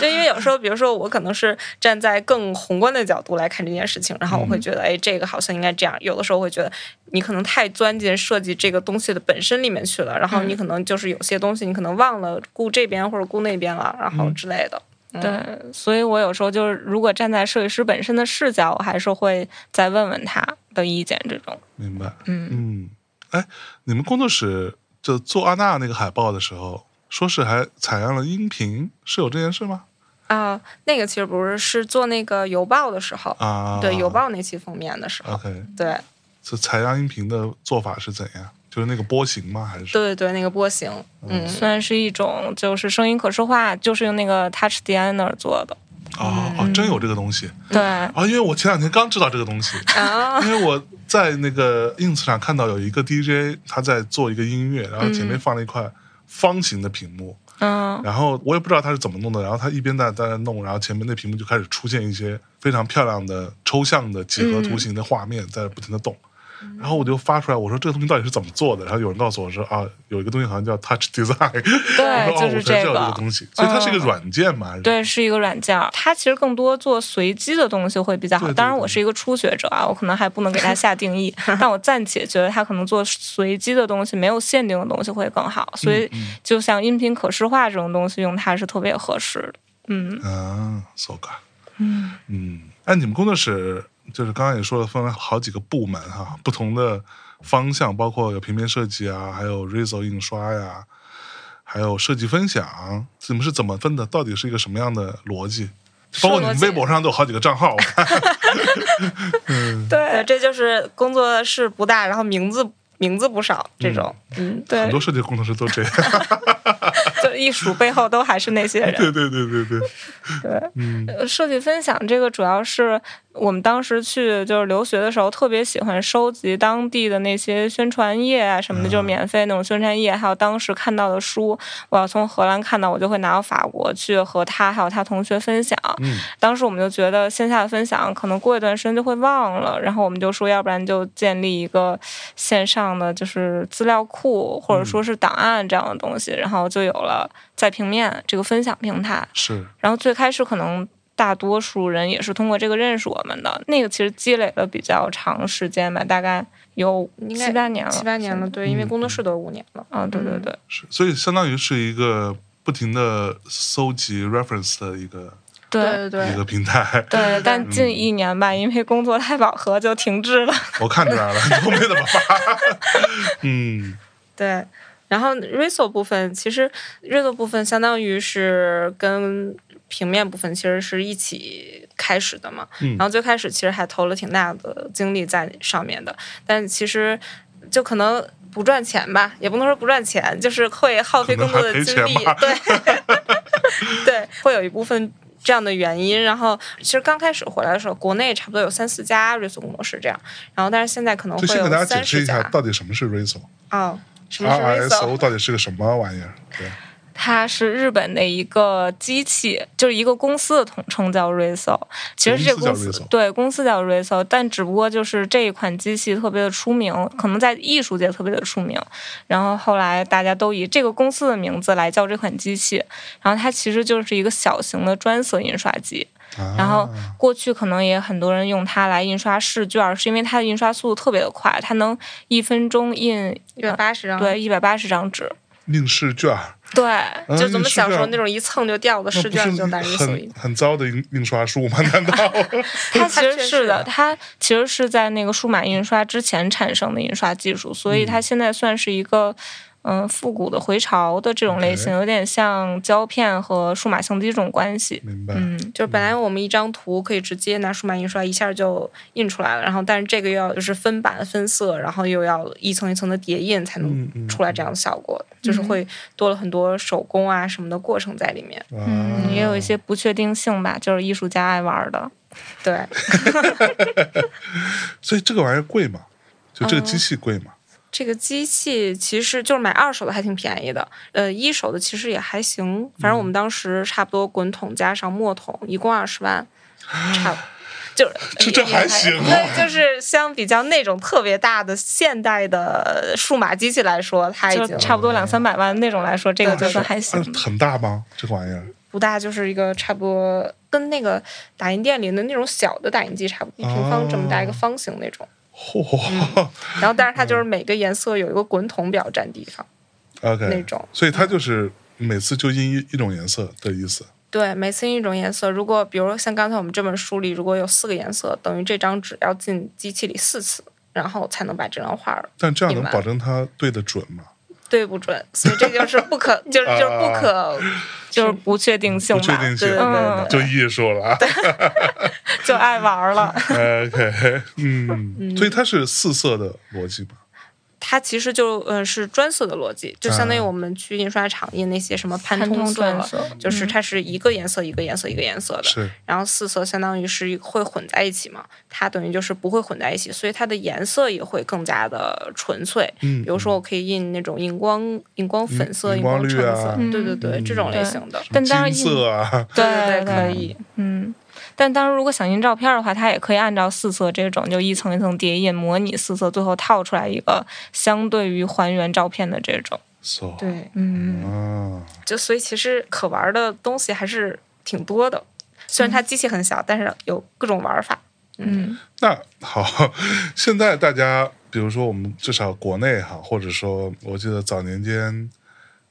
B: 对，因为有时候，比如说我可能是站在更宏观的角度来看这件事情，然后我会觉得，哎，这个好像应该这样。有的时候会觉得，你可能太钻进设计这个东西的本身里面去了，然后你可能就是有些东西你可能忘了顾这边或者顾那边了，然后之类的。
C: 对，嗯所以我有时候就是，如果站在设计师本身的视角，我还是会再问问他的意见。这种，
A: 明白？
C: 嗯，
A: 嗯，哎，你们工作室就做阿娜那个海报的时候，说是还采样了音频，是有这件事吗？
B: 啊、那个其实不是，是做那个邮报的时候，
A: 啊，
B: 对邮。报那期封面的时候，
A: OK，
B: 对
A: 这采样音频的做法是怎样？就是那个波形吗？还是？
B: 对对对，那个波形，嗯，
C: 虽然是一种就是声音可视化，就是用那个 Touch Designer 做的。
A: 哦哦，真有这个东西
C: 对，
A: 啊！因为我前两天刚知道这个东西，
B: 啊、
A: 因为我在那个 ins 上看到有一个 DJ，他在做一个音乐，然后前面放了一块方形的屏幕，
C: 嗯，
A: 然后我也不知道他是怎么弄的，然后他一边在在那弄，然后前面那屏幕就
C: 嗯
A: 开始出现一些非常漂亮的抽象的几何图形的画面在不停的动，然后我就发出来，我说这个东西到底是怎么做的？然后有人告诉我说啊，有一个东西好像叫 Touch Design，
C: 对，
A: 我说哦，
C: 就
A: 我
C: 是
A: 才知
C: 这
A: 道这
C: 个
A: 个。东西，所以它是一个
C: 嗯
A: 软件嘛，还是
C: 对，是一个软件儿，它其实更多做随机的东西会比较好。
A: 对对
C: 当然，
A: 对
C: 我是一个初学者啊，我可能还不能给它下 定义，但我暂且觉得它可能做随机的东西、没有限定的东西会更好。所
A: 嗯
C: 以，就像音频可视化这种东西，用它是特别合适的。嗯，
A: 啊，so ga，嗯嗯，哎，你们工作室就是刚刚也说了，分为好几个部门哈、不同的方向，包括有平面设计啊，还有 Riso 印刷呀、还有设计分享，你们是怎么分的？到底是一个什么样的逻辑？包括你们微博上都有好几个账号，我看
B: 对，
C: 对
B: 这就是工作室不大，然后名字名字不少这种。嗯，
C: 对
A: 很，多设计工程师都这样。
C: 就艺术背后都还是那些人。
A: 对对对对对，
C: 对
A: 嗯，
C: 呃设计分享这个主要是我们当时去就是留学的时候，特别喜欢收集当地的那些宣传页啊什么的，就是免费那种宣传页，还有当时看到的书。我要从荷兰看到，我就会拿到法国去和他还有他同学分享。
A: 嗯
C: 当时我们就觉得线下的分享可能过一段时间就会忘了，然后我们就说，要不然就建立一个线上的就是资料库或者说是档案这样的东西，然后就有了在平面这个分享平台。
A: 是
C: 然后最开始可能大多数人也是通过这个认识我们的，那个其实积累了比较长时间吧，大概有
B: 应该
C: 七八年了，
B: 七八年了，
C: 现在。
B: 对，因为工作室都有五年了。
C: 嗯、对对对，
A: 是，所以相当于是一个不停的搜集 reference 的一个
C: 对。
B: 对对
A: 一个平台。
C: 对，但近一年吧，因为工作太饱和，就停滞了。
A: 我看出 来了，你都没怎么发。嗯，
B: 对。然后 Riso 部分，其实 Riso 部分相当于是跟平面部分其实是一起开始的嘛。
A: 嗯
B: 然后最开始其实还投了挺大的精力在上面的，但其实就可能不赚钱吧，也不能说不赚钱，就是会耗费
A: 可能
B: 更多的
A: 还赔
B: 精
A: 钱
B: 力
A: 吧，
B: 对，对，会有一部分。这样的原因，然后其实刚开始回来的时候，国内差不多有三四家瑞索工作室这样，然后但是现在可能
A: 就
B: 会
A: 先给大
B: 有
A: 家解
B: 三
A: 释
B: 十
A: 一下，
B: 家。
A: 到底什么是 RISO，RISO
B: 哦，什么是 Riso？
A: 到底是个什么玩意儿？对，
C: 它是日本的一个机器，就是一个公司的统称叫 Riso。其实这个
A: 公
C: 公
A: 司叫
C: 司
A: Riso
C: 对公司叫 Riso，但只不过就是这一款机器特别的出名，可能在艺术界特别的出名。然后后来大家都以这个公司的名字来叫这款机器，然后它其实就是一个小型的专色印刷机。
A: 啊、
C: 然后过去可能也很多人用它来印刷试卷，是因为它的印刷速度特别的快，它能一分钟印
B: 一百八十张，
C: 对一百八十张纸。
A: 印试卷儿，
C: 对，
A: 啊
B: 就
A: 印
B: 咱们
A: 试
B: 小时候
A: 卷
B: 那种一蹭就掉的
A: 那
B: 试
A: 不是
B: 卷，就拿 Riso
A: 很很糟的印印刷术 吗？难道
C: 它其
B: 它确
C: 实
B: 实
C: 是的
B: 的，
C: 它其实是在那个数码印刷之前产生的印刷技术，所以
A: 嗯
C: 它现在算是一个。嗯，复古的回潮的这种类型，有点像胶片和数码相机这种关系。
A: 明白？
C: 嗯，
B: 就是本来我们一张图可以直接拿数码印刷一下就印出来了，然后但是这个又要就是分版分色，然后又要一层一层的叠印才
A: 嗯嗯
B: 能出来这样的效果，就是会多了很多手工啊什么的过程在里面。
A: 啊
C: 嗯，也有一些不确定性吧，就是艺术家爱玩的。
B: 对，
A: 所以这个玩意儿贵吗？就这个机器贵吗？
B: 这个机器其实就是买二手的还挺便宜的，呃，一手的其实也还行，反正
A: 嗯
B: 我们当时差不多滚筒加上墨筒，一共二十万，差不。就是
A: 这这
B: 也
A: 还行啊
B: 对，就是相比较那种特别大的现代的数码机器来说，它已
C: 就
B: 经
C: 差不多两三百万那种来说，这个就算还
A: 啊
B: 嗯
C: 行。
A: 很大吗？这个玩意儿
B: 不大，就是一个差不多跟那个打印店里的那种小的打印机差不多，一平方这么
A: 哦
B: 大一个方形那种。
A: 嚯、
B: 然后，但是它
A: 嗯
B: 就是每个颜色有一个滚筒比较占地方
A: o k
B: 那种。
A: 所以它就是每次就印一一种颜色的意思。
B: 对，每次印一种颜色。如果比如像刚才我们这本书里，如果有四个颜色，等于这张纸要进机器里四次，然后才能把这张画儿
A: 但这样能
B: 明白
A: 保证它对的准吗？
B: 对不准。所以这就是不可，就是就是不可，
C: 就是不确定性
A: 不确
C: 吧，
A: 定性
B: 对对
C: 嗯
B: 对
A: 就
B: 对
A: 艺术了啊。
C: 就爱 玩了。
A: OK，嗯，所以它是四色的逻辑嘛？
B: 它其实就嗯是专色的逻辑，就相当于
A: 啊
B: 我们去印刷厂印那些什么潘
C: 潘
B: 通
C: 通
B: 色嗯
C: 转
B: 了，
C: 色，
B: 就是它是一个颜色一个颜色一个颜色的，
A: 是
B: 然后四色相当于是会混在一起嘛，它等于就是不会混在一起，所以它的颜色也会更加的纯粹。
A: 嗯
B: 比如说，我可以印那种荧光、荧光粉色、
A: 荧
B: 荧光
A: 荧光
B: 橙
A: 绿啊
B: 色，
C: 嗯
B: 对对对，
A: 嗯
B: 这种类型的，
C: 但当然
A: 金色啊，
B: 对对对，
C: 对
B: 可以。
C: 嗯，但当然，如果想印照片的话，它也可以按照四色这种就一层一层叠印，模拟四色，最后套出来一个相对于还原照片的这种。
A: so
B: 对，
C: 嗯，
A: 啊，
B: 就所以其实可玩的东西还是挺多的。虽然它机器很小，但是有各种玩法。
C: 嗯，
A: 那好，现在大家，比如说我们至少国内哈，或者说我记得早年间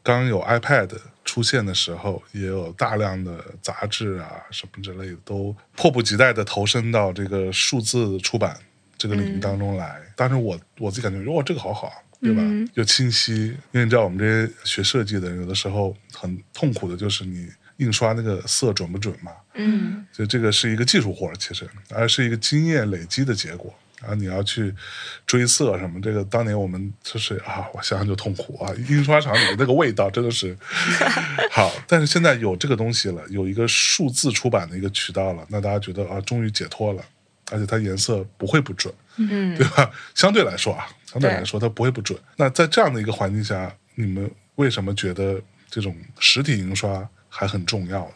A: 刚有 iPad 出现的时候，也有大量的杂志啊什么之类的，都迫不及待的投身到这个数字出版这个领域当中来。当时我我自己感觉，哇，这个好好啊。对吧？
C: 嗯
A: 又清晰，因为你知道我们这些学设计的人，有的时候很痛苦的就是你印刷那个色准不准嘛。
B: 嗯
A: 所以这个是一个技术活儿，其实，而是一个经验累积的结果。然后啊你要去追色什么，这个当年我们就是啊，我想想就痛苦啊，印刷厂里的那个味道真的是好。但是现在有这个东西了，有一个数字出版的一个渠道了，那大家觉得啊，终于解脱了，而且它颜色不会不准，
B: 嗯
A: 对吧？ 相对来说啊，相对来
B: 对
A: 说它不会不准。那在这样的一个环境下，你们为什么觉得这种实体印刷还很重要呢？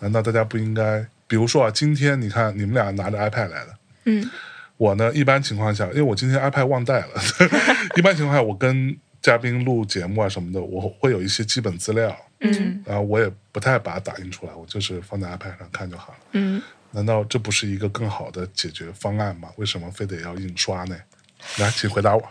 A: 难道大家不应该，比如说啊，今天你看你们俩拿着 iPad 来的，
C: 嗯，
A: 我呢一般情况下，因为我今天 iPad 忘带了， 一般情况下我跟嘉宾录节目啊什么的，我会有一些基本资料，
C: 嗯
A: 然后我也不太把它打印出来，我就是放在 iPad 上看就好了。
C: 嗯，
A: 难道这不是一个更好的解决方案吗？为什么非得要印刷呢？来，请回答我。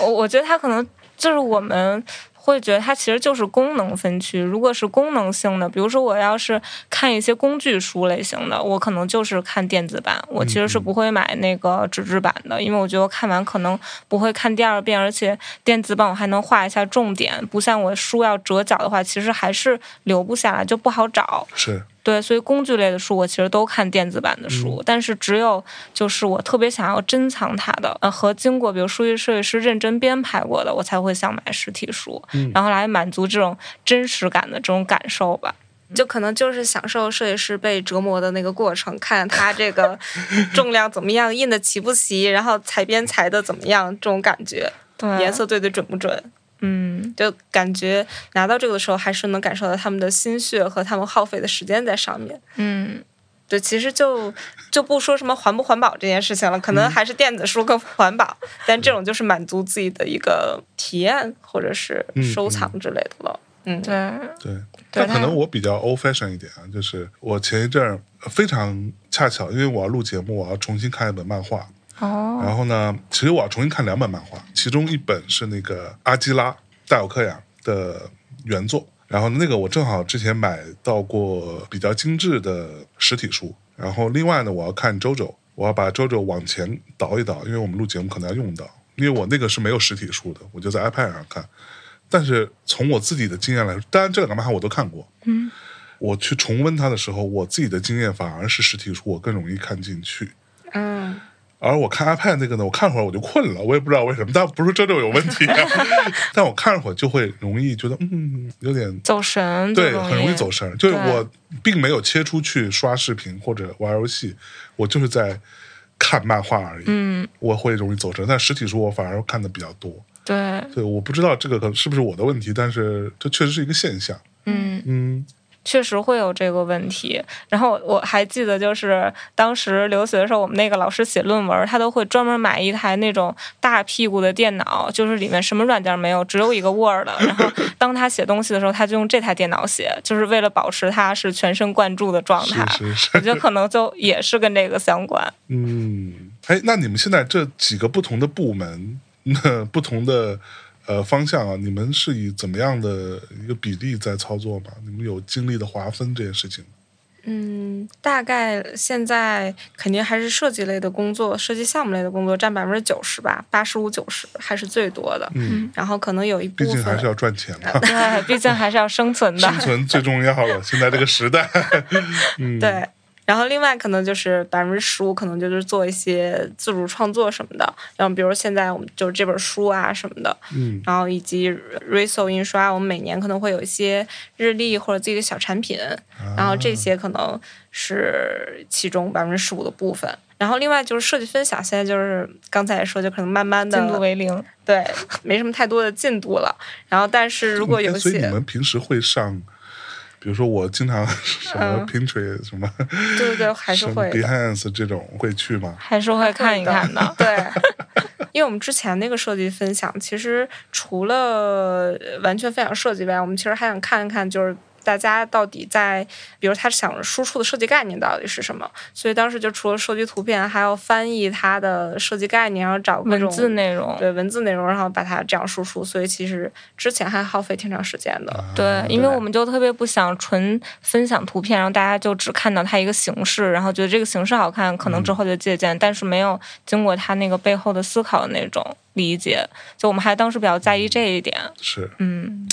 C: 我我觉得它可能就是我们。会觉得它其实就是功能分区。如果是功能性的，比如说我要是看一些工具书类型的，我可能就是看电子版，我其实是不会买那个纸质版的，因为我觉得我看完可能不会看第二遍，而且电子版我还能画一下重点，不像我书要折角的话，其实还是留不下来，就不好找。
A: 是，
C: 对，所以工具类的书我其实都看电子版的书，
A: 嗯
C: 但是只有就是我特别想要珍藏它的，呃，和经过比如书籍设计师认真编排过的，我才会想买实体书，
A: 嗯
C: 然后来满足这种真实感的这种感受吧。
A: 嗯
B: 就可能就是享受设计师被折磨的那个过程，看他这个 重量怎么样，印的齐不齐，然后裁边裁的怎么样，这种感觉，
C: 对，
A: 嗯
B: 颜，色对的准不准，
C: 嗯
B: 就感觉拿到这个的时候，还是能感受到他们的心血和他们耗费的时间在上面。
C: 嗯，
B: 对，其实就就不说什么环不环保这件事情了，
A: 嗯
B: 可能还是电子书更环保，但这种就是满足自己的一个体验或者是收藏之类的了。嗯，
C: 对，
A: 嗯对，
C: 对
A: 但可能我比较 old fashion 一点啊，就是我前一阵儿非常恰巧，因为我要录节目，我要重新看一本漫画，
C: 哦，
A: 然后呢，其实我要重新看两本漫画，其中一本是那个阿基拉戴尔克雅啊的原作，然后那个我正好之前买到过比较精致的实体书，然后另外呢，我要看 JoJo，我要把 JoJo 往前倒一倒，因为我们录节目可能要用到，因为我那个是没有实体书的，我就在 iPad 上看，但是从我自己的经验来说，当然这两个漫画我都看过，
C: 嗯，
A: 我去重温它的时候，我自己的经验反而是实体书我更容易看进去，
B: 嗯，
A: 而我看 iPad 那个呢，我看会儿我就困了，我也不知道为什么，但不是真正有问 题、啊， 但我看会儿就会容易觉得嗯，有点
C: 走神，
A: 对，
C: 就
A: 很容易走，神。就是
C: 对
A: 我并没有切出去刷视频或者玩游戏，我就是在看漫画而已。
C: 嗯，
A: 我会容易走神，但实体书我反而看的比较多，
C: 对，
A: 对，我不知道这个可能是不是我的问题，但是这确实是一个现象。
C: 嗯。
A: 嗯，
C: 确实会有这个问题。然后我我还记得，就是当时留学的时候，我们那个老师写论文，他都会专门买一台那种大屁股的电脑，就是里面什么软件没有，只有一个 Word。然后当他写东西的时候，他就用这台电脑写，就是为了保持他是全神贯注的状态。
A: 是是
C: 我
A: 是，
C: 觉得可能就也是跟这个相 关。
A: 嗯，哎，那你们现在这几个不同的部门，那不同的呃方向啊，你们是以怎么样的一个比例在操作吗？你们有精力的划分这件事情吗？
B: 嗯，大概现在肯定还是设计类的工作，设计项目类的工作占百分之九十吧，八十五九十还是最多的。
A: 嗯，
B: 然后可能有一
A: 毕
B: 部
A: 竟还是
B: 分，
A: 要赚钱嘛，
C: 对，毕竟还是要生存的
A: 生。存最重要了。现在这个时代，嗯，
B: 对。然后另外可能就是百分之十五，可能就是做一些自主创作什么的，然后比如现在我们就是这本书啊什么的，
A: 嗯
B: 然后以及 Riso 印刷，我们每年可能会有一些日历或者自己的小产品，然后这些可能是其中百分之十五的部分。然后另外就是设计分享，现在就是刚才也说，就可能慢慢的
C: 进 度为零，
B: 对， 没什么太多的进度了。然后但是如果有一
A: 嗯哎所以你
B: 些
A: 们平时会上比如说我经常 什么 Pinterest 什么
B: 对对对，嗯还是
A: 什么
B: 会的
A: Behance 这种会去吗？
C: 还是会看一看的。
B: 对，因为我们之前那个设计分享，其实除了呃完全分享设计外，我们其实还想看一看，就是大家到底在，比如他想输出的设计概念到底是什么。所以当时就除了收集图片，还要翻译他的设计概念，然后找各种
C: 文字内容，
B: 对文字内容，然后把它这样输出。所以其实之前还耗费挺长时间的。
A: 嗯
C: 对，因为
B: 对
C: 我们就特别不想纯分享图片，然后大家就只看到它一个形式，然后觉得这个形式好看，
A: 嗯
C: 可能之后就借鉴，但是没有经过它那个背后的思考的那种理解。就我们还当时比较
A: 嗯
C: 在意这一点，
A: 是
C: 嗯，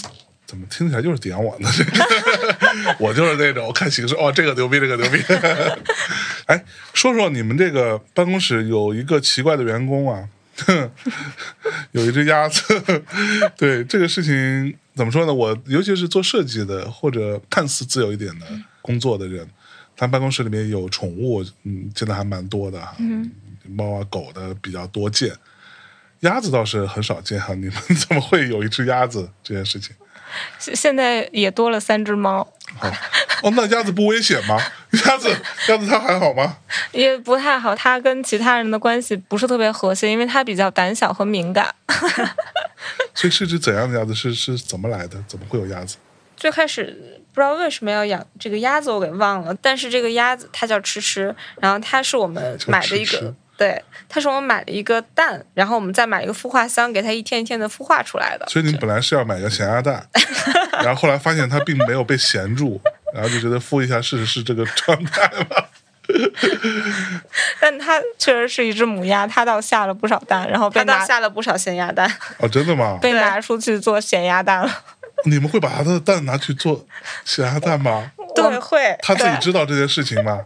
A: 怎么听起来就是点我呢？ 这个我就是那种看形式，哦，这个牛逼，这个牛逼。 哎，说说你们这个办公室有一个奇怪的员工啊， 有一只鸭子。 对这个事情怎么说呢？我尤其是做设计的或者看似自由一点的工作的人，他办公室里面有宠物，嗯，见的还蛮多的哈，嗯、猫啊狗的比较多见。鸭子倒是很少见哈，你们怎么会有一只鸭子这件事情？
C: 现现在也多了三只猫，
A: 哦，那鸭子不危险吗？ 鸭子，鸭子它还好吗？
C: 也不太好，它跟其他人的关系不是特别和谐，因为它比较胆小和敏感。
A: 所以是指怎样的鸭子？是是怎么来的？怎么会有鸭子？
B: 最开始不知道为什么要养这个鸭子，我给忘了。但是这个鸭子它叫迟迟，然后它是我们
A: 叫
B: 买的一
A: 迟迟
B: 个，对，它是我们买了一个蛋，然后我们再买一个孵化箱，给它一天一天的孵化出来的。
A: 所以你本来是要买个咸鸭 蛋，然后后来发现它并没有被咸住，然后就觉得孵一下试试是这个状态 吧。
C: 但它确实是一只母鸭，它倒下了不少蛋，然后被
B: 它倒
C: 拿
B: 下了不少咸鸭 蛋，
A: 哦，真的吗？
C: 被拿出去做咸鸭蛋了。
A: 你们会把它的蛋拿去做咸鸭蛋吗？
B: 对，会。
A: 它自己知道这件事情吗？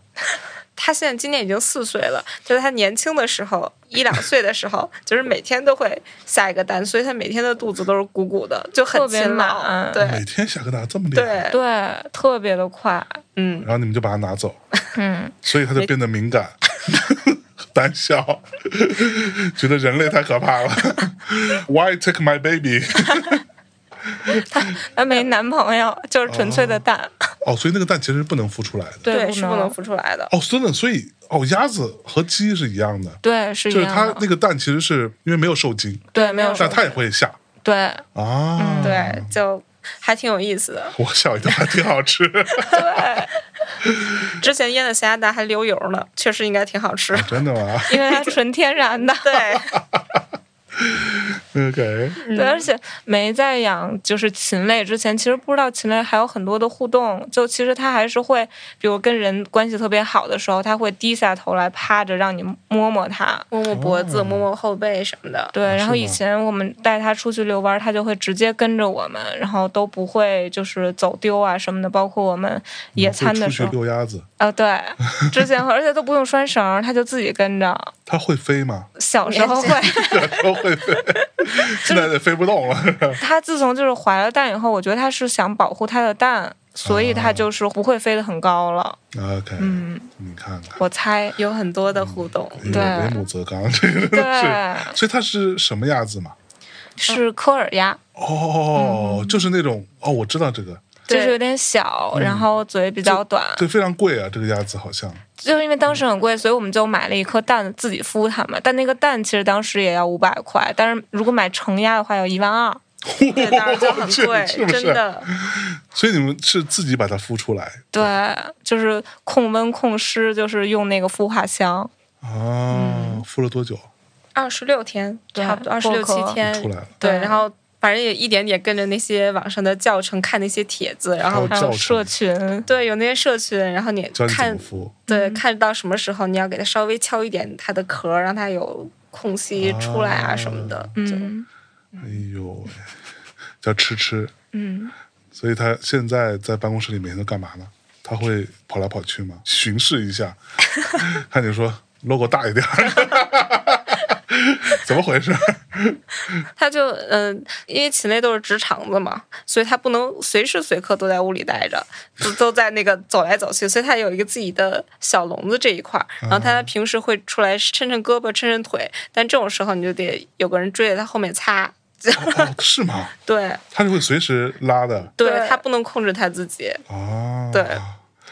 B: 它现在今年已经四岁了，就是它年轻的时候，一两岁的时候，就是每天都会下一个蛋，所以它每天的肚子都是鼓鼓的，就很
C: 特别
B: 勤劳。
C: 懒
A: 每
B: 对
A: 天下个蛋这么厉害，
B: 对，
C: 对，特别的快。
B: 嗯
A: 然，后你们就把它拿走，
C: 嗯，
A: 所以它就变得敏感、 胆小，觉得人类太可怕了。Why take my baby？
C: 它没男朋友，就是纯粹的蛋。
A: 哦，所以那个蛋其实是不能孵出来的。
B: 对，
C: 不
B: 是不能。孵出来的。
A: 哦，真的，所以哦，鸭子和鸡是一样的，
C: 对，是一
A: 就是
C: 样
A: 它
C: 的。
A: 那个蛋其实是因为没有受精，
C: 对，没有嗯
B: 受
C: 说
A: 但它也会下
C: 对，
A: 啊。
B: 对，就还挺有意思的。
A: 我小一跳，还挺好 吃，
B: 之前腌的咸鸭蛋还流油呢，确实应该挺好吃。。
A: 真的吗
C: 因为它纯天然的
B: 对，
A: ？OK，
C: 对，而且没在养就是禽类之前，其实不知道禽类还有很多的互动。就其实它还是会，比如跟人关系特别好的时候，它会低下头来趴着让你摸摸它。
B: 摸摸脖
A: 哦
B: 子，摸摸后背什么的。。
C: 对，然后
A: 啊是
C: 以
A: 吗
C: 前我们带它出去遛弯儿，它就会直接跟着我们，然后都不会就是走丢啊什么的。包括我们野餐
A: 会
C: 的时
A: 嗯出去
C: 候，
A: 遛鸭子，
C: 啊、对，之前而且都不用拴绳儿，它就自己跟着。
A: 它会飞吗？
C: 小时候会，
A: 都会 飞，现在也飞不动了。
C: 它自从就是怀了蛋以后，我觉得它是想保护它的蛋，所以它就是不会飞得很高了。
A: OK，
C: 嗯，
A: 你看看，
C: 我 猜
B: 有很多的互动，
A: 哎呦
C: 对
A: 为母则刚， 这个
C: 对，
A: 是。所以它是什么鸭子嘛？
C: 是科尔鸭，
A: 哦，就是那种哦，我知道这个，
B: 对
C: 就是有点小，然后嘴比较短，
A: 这非常贵啊，这个鸭子好像
C: 就是因为当时很贵，所以我们就买了一颗蛋自己孵它嘛。但那个蛋其实当时也要五百块，但是如果买成鸭的话要一万二。
B: 对，当然就很 贵，
A: 是不是
B: 真的。
A: 所以你们是自己把它孵出来
C: 对，就是控温控湿，就是用那个孵化箱。
A: 啊？孵了多久
B: 二十六天，
C: 对
B: 差不多二十六
C: 破
B: 七
C: 壳
B: 天
A: 出。来了？
B: 对，
C: 对
B: 然后反正也一点点跟着那些网上的教程，看那些帖子，然后
A: 还
C: 还
A: 教
C: 有
A: 程
C: 社群，
B: 对有那些社群，然后你
A: 教你怎
B: 看
A: 么孵？
B: 对看到什么时候你要给它稍微敲一点它的壳，让它有空隙出来
A: 啊
B: 啊什么的。
C: 嗯
A: 哎呦喂， 叫吃吃，
C: 嗯，
A: 所以它现在在办公室里每天都干嘛呢？它会跑来跑去吗？巡视一下，看你说 logo 大一点儿，怎么回事？哦
B: 它就嗯、因为禽类都是直肠子嘛，所以它不能随时随刻都在屋里待着，都都在那个走来走去，所以它有一个自己的小笼子这一块儿。然后
A: 嗯
B: 它平时会出来抻抻胳膊、抻抻腿，但这种时候你就得有个人追着它后面擦。劲儿。
A: 哦，是吗？
B: 对
A: 它是会随时拉的
B: 对，
C: 对
B: 他不能控制他自己，
A: 啊。
B: 对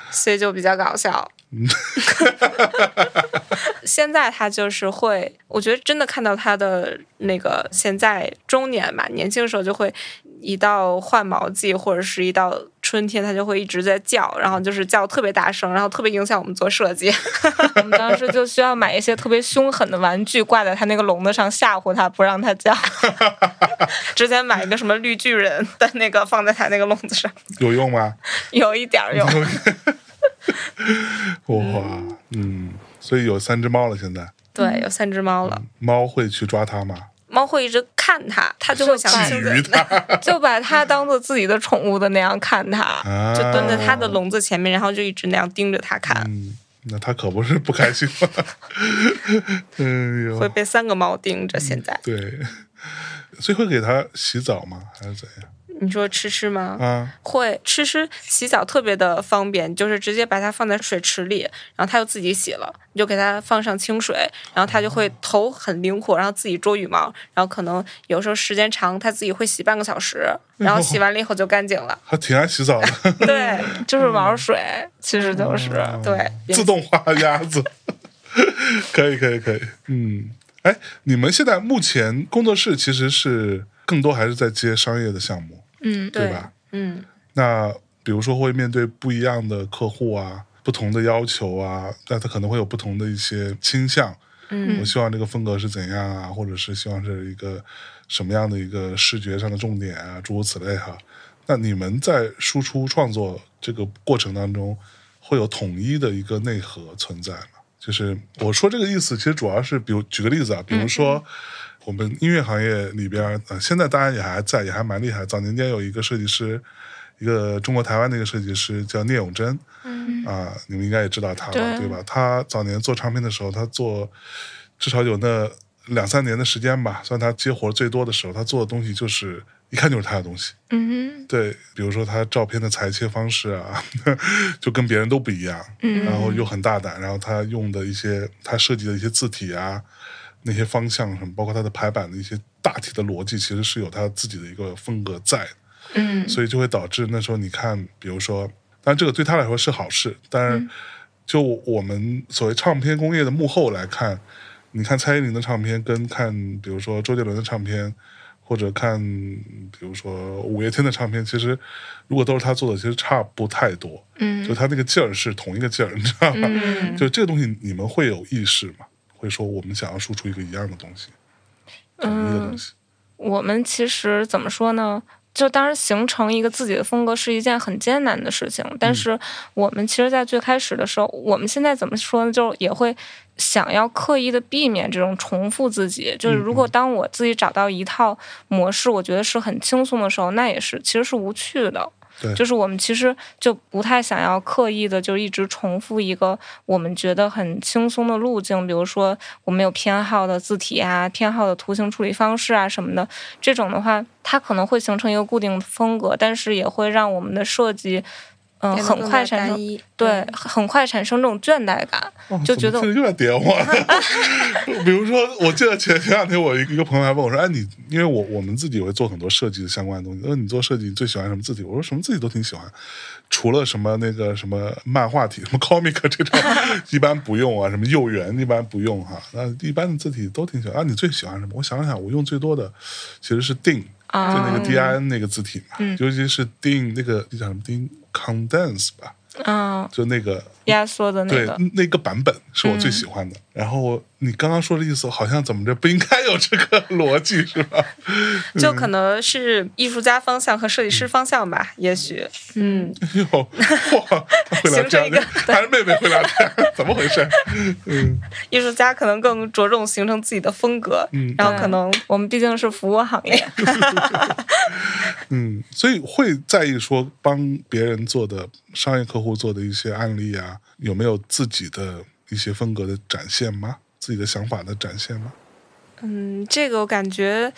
B: 所以就比较搞笑。现在他就是会，我觉得真的看到他的那个现在中年吧，年轻的时候就会一到换毛季或者是一到春天，他就会一直在叫，然后就是叫特别大声，然后特别影响我们做设计。
C: 我们当时就需要买一些特别凶狠的玩具挂在他那个笼子上吓唬他，不让他叫。
B: 之前买一个什么绿巨人的那个放在他那个笼子上，
A: 有用吗？
B: 有一点儿用。
A: 哇，嗯，所以有三只猫了，现在
B: 对，有三只猫了，
A: 猫会去抓它吗？
B: 猫会一直看它，它就会想
A: 觊
B: 亲
A: 觎
B: 自
A: 它
C: 就把它当做自己的宠物的那样看它。
A: 啊，
B: 就蹲在它的笼子前面，然后就一直那样盯着它看，
A: 嗯，那它可不是不开心 吗？嗯
B: 会
A: 呦，
B: 被三个猫盯着。现在
A: 对，所以会给它洗澡吗？还是怎样？
B: 你说吃吃吗？
A: 啊，
B: 会吃吃洗澡特别的方便，就是直接把它放在水池里，然后它就自己洗了，你就给它放上清水，然后它就会头很灵活，然后自己捉羽毛，然后可能有时候时间长，它自己会洗半个小时，然后洗完了以后就干净了。
A: 还挺爱洗澡的，
B: 对
C: 就是玩水，其实就是。
A: 哦
B: 对，
A: 自动化鸭子， 可以，可以，可以，嗯，哎，你们现在目前工作室其实是更多还是在接商业的项目，
C: 嗯，
A: 对
B: 对
A: 吧？
B: 嗯，
A: 那比如说会面对不一样的客户啊，不同的要求啊，那他可能会有不同的一些倾向。
B: 嗯，
A: 我希望这个风格是怎样啊，或者是希望是一个什么样的一个视觉上的重点啊，诸如此类哈。那你们在输出创作这个过程当中，会有统一的一个内核存在吗？就是我说这个意思，其实主要是，比如举个例子啊，比如说。我们音乐行业里边儿，呃，现在当然也还在，也还蛮厉害。早年间有一个设计师，一个中国台湾的一个设计师叫聂永贞，嗯啊、你们应该也知道他吧，
C: 对
A: 对吧？他早年做唱片的时候，他做至少有那两三年的时间吧，算他接活儿最多的时候，他做的东西就是一看就是他的东西。
C: 嗯
A: 对，比如说他照片的裁切方式啊， 就跟别人都不一样，
C: 嗯
A: 然后又很大胆，然后他用的一些他设计的一些字体啊，那些方向什么，包括他的排版的一些大体的逻辑，其实是有他自己的一个风格在的，
C: 嗯
A: 所以就会导致那时候你看，比如说，当然这个对他来说是好事，但
C: 嗯
A: 是就我们所谓唱片工业的幕后来看，你看蔡依林的唱片跟看比如说周杰伦的唱片，或者看比如说五月天的唱片，其实如果都是他做的，其实差不太多，就
C: 嗯
A: 他那个劲儿是同一个劲儿，你知道吗？
C: 嗯，
A: 就这个东西，你们会有意识吗？会说我们想要输出一个一样的东西，统一的东西。
C: 我们其实怎么说呢？就当然形成一个自己的风格是一件很艰难的事情，但是我们其实，在最开始的时候，我们现在怎么说呢？就是也会想要刻意的避免这种重复自己。就是如果当我自己找到一套模式，我觉得是很轻松的时候，那也是其实是无趣的
A: 对。
C: 就是我们其实就不太想要刻意的就一直重复一个我们觉得很轻松的路径，比如说我们有偏好的字体啊、偏好的图形处理方式啊什么的，这种的话，它可能会形成一个固定的风格，但是也会让我们的设计，嗯、
B: 变得
C: 很
B: 更
C: 快
B: 加
C: 产
B: 单
C: 生
B: 一
C: 对，很快产生这种倦怠感，
A: 哦
C: 就觉
A: 怎
C: 得
A: 么听着又要点我了。 比如说，我记得前前两天我一个朋友还问我说：“哎，你因为我我们自己也会做很多设计的相关的东西，他说呃你做设计你最喜欢什么字体？”我说：“什么字体都挺喜欢，除了什么那个什么漫画体、什么 comic 这种一般不用啊，什么幼园一般不用哈、那一般的字体都挺喜欢。啊，你最喜欢什么？我想想，我用最多的其实是定，就
C: 啊
A: 那个
B: 哦
A: D I N 那个字体嘛，
B: 嗯
A: 尤其是定那个叫什么定 condense 吧，
B: 哦
C: 嗯，
A: 就那个
C: 压缩的那
A: 对
C: 个，，
A: 那个版本是我最
B: 嗯
A: 喜欢的。然后你刚刚说的意思，好像怎么着不应该有这个逻辑是吧？
B: 就可能是艺术家方向和设计师方向吧，也许，嗯，
A: 哎呦，哇，他会聊这样
B: 形成一个
A: 的，还是妹妹会聊这样，怎么回事？
B: 艺术家可能更着重形成自己的风格，
A: 嗯
B: 然后可能
C: 我们毕竟是服务行 业，
A: 嗯，所以会在意说帮别人做的商业客户做的一些案例啊，有没有自己的一些风格的展现吗？自己的想法的展现吗？
B: 嗯，这个我感觉。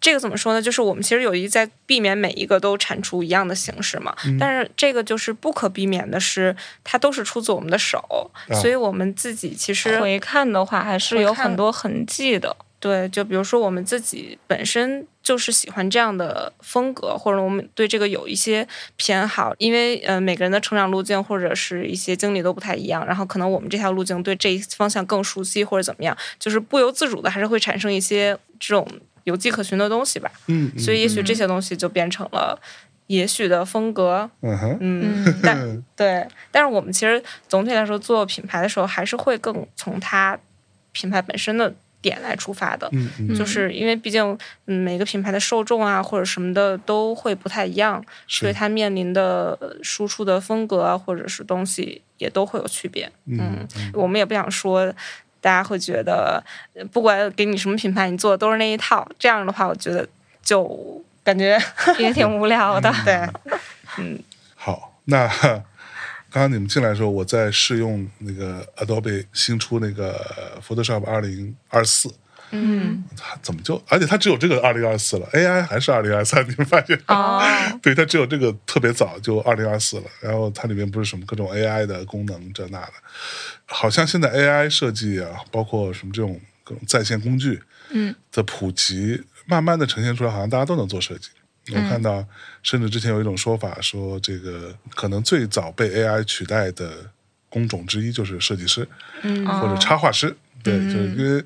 B: 这个怎么说呢？就是我们其实有意在避免每一个都产出一样的形式嘛，但是这个就是不可避免的是，它都是出自我们的手，
A: 啊
B: 所以我们自己其实
C: 回看的话还是有
B: 回看
C: 很多痕迹的，
B: 对，就比如说我们自己本身就是喜欢这样的风格，或者我们对这个有一些偏好，因为呃每个人的成长路径或者是一些经历都不太一样，然后可能我们这条路径对这一方向更熟悉或者怎么样，就是不由自主的还是会产生一些这种有迹可循的东西吧。
A: 嗯，嗯
B: 所以也许这些东西就变成了也许的风格，
A: 嗯哼，
B: 嗯，
C: 嗯
B: 但对，但是我们其实总体来说做品牌的时候，还是会更从它品牌本身的点来出发的，
A: 嗯嗯，
B: 就是因为毕竟嗯每个品牌的受众啊或者什么的都会不太一样，所以
A: 是
B: 它面临的呃输出的风格啊或者是东西也都会有区别。
A: 嗯
B: 我们也不想说。大家会觉得，呃不管给你什么品牌，你做的都是那一套。这样的话，我觉得就感觉
C: 嗯也挺无聊的。
B: 对，
A: 啊好，那 刚刚你们进来的时候，我在试用那个 Adobe 新出那个 Photoshop 二零二四，
B: 嗯，
A: 它怎么就？而且它只有这个二零二四了，AI 还是二零二三，你们发现？
C: 哦，
A: 对，它只有这个特别早，就二零二四了。然后它里面不是什么各种 AI 的功能这那的，好像现在 AI 设计啊，包括什么这种各种在线工具，
C: 嗯，
A: 的普及，慢慢的呈现出来，好像大家都能做设计。我看到，甚至之前有一种说法说，这个可能最早被 AI 取代的工种之一就是设计师
B: 嗯
A: 或者插画师，对，就是因为，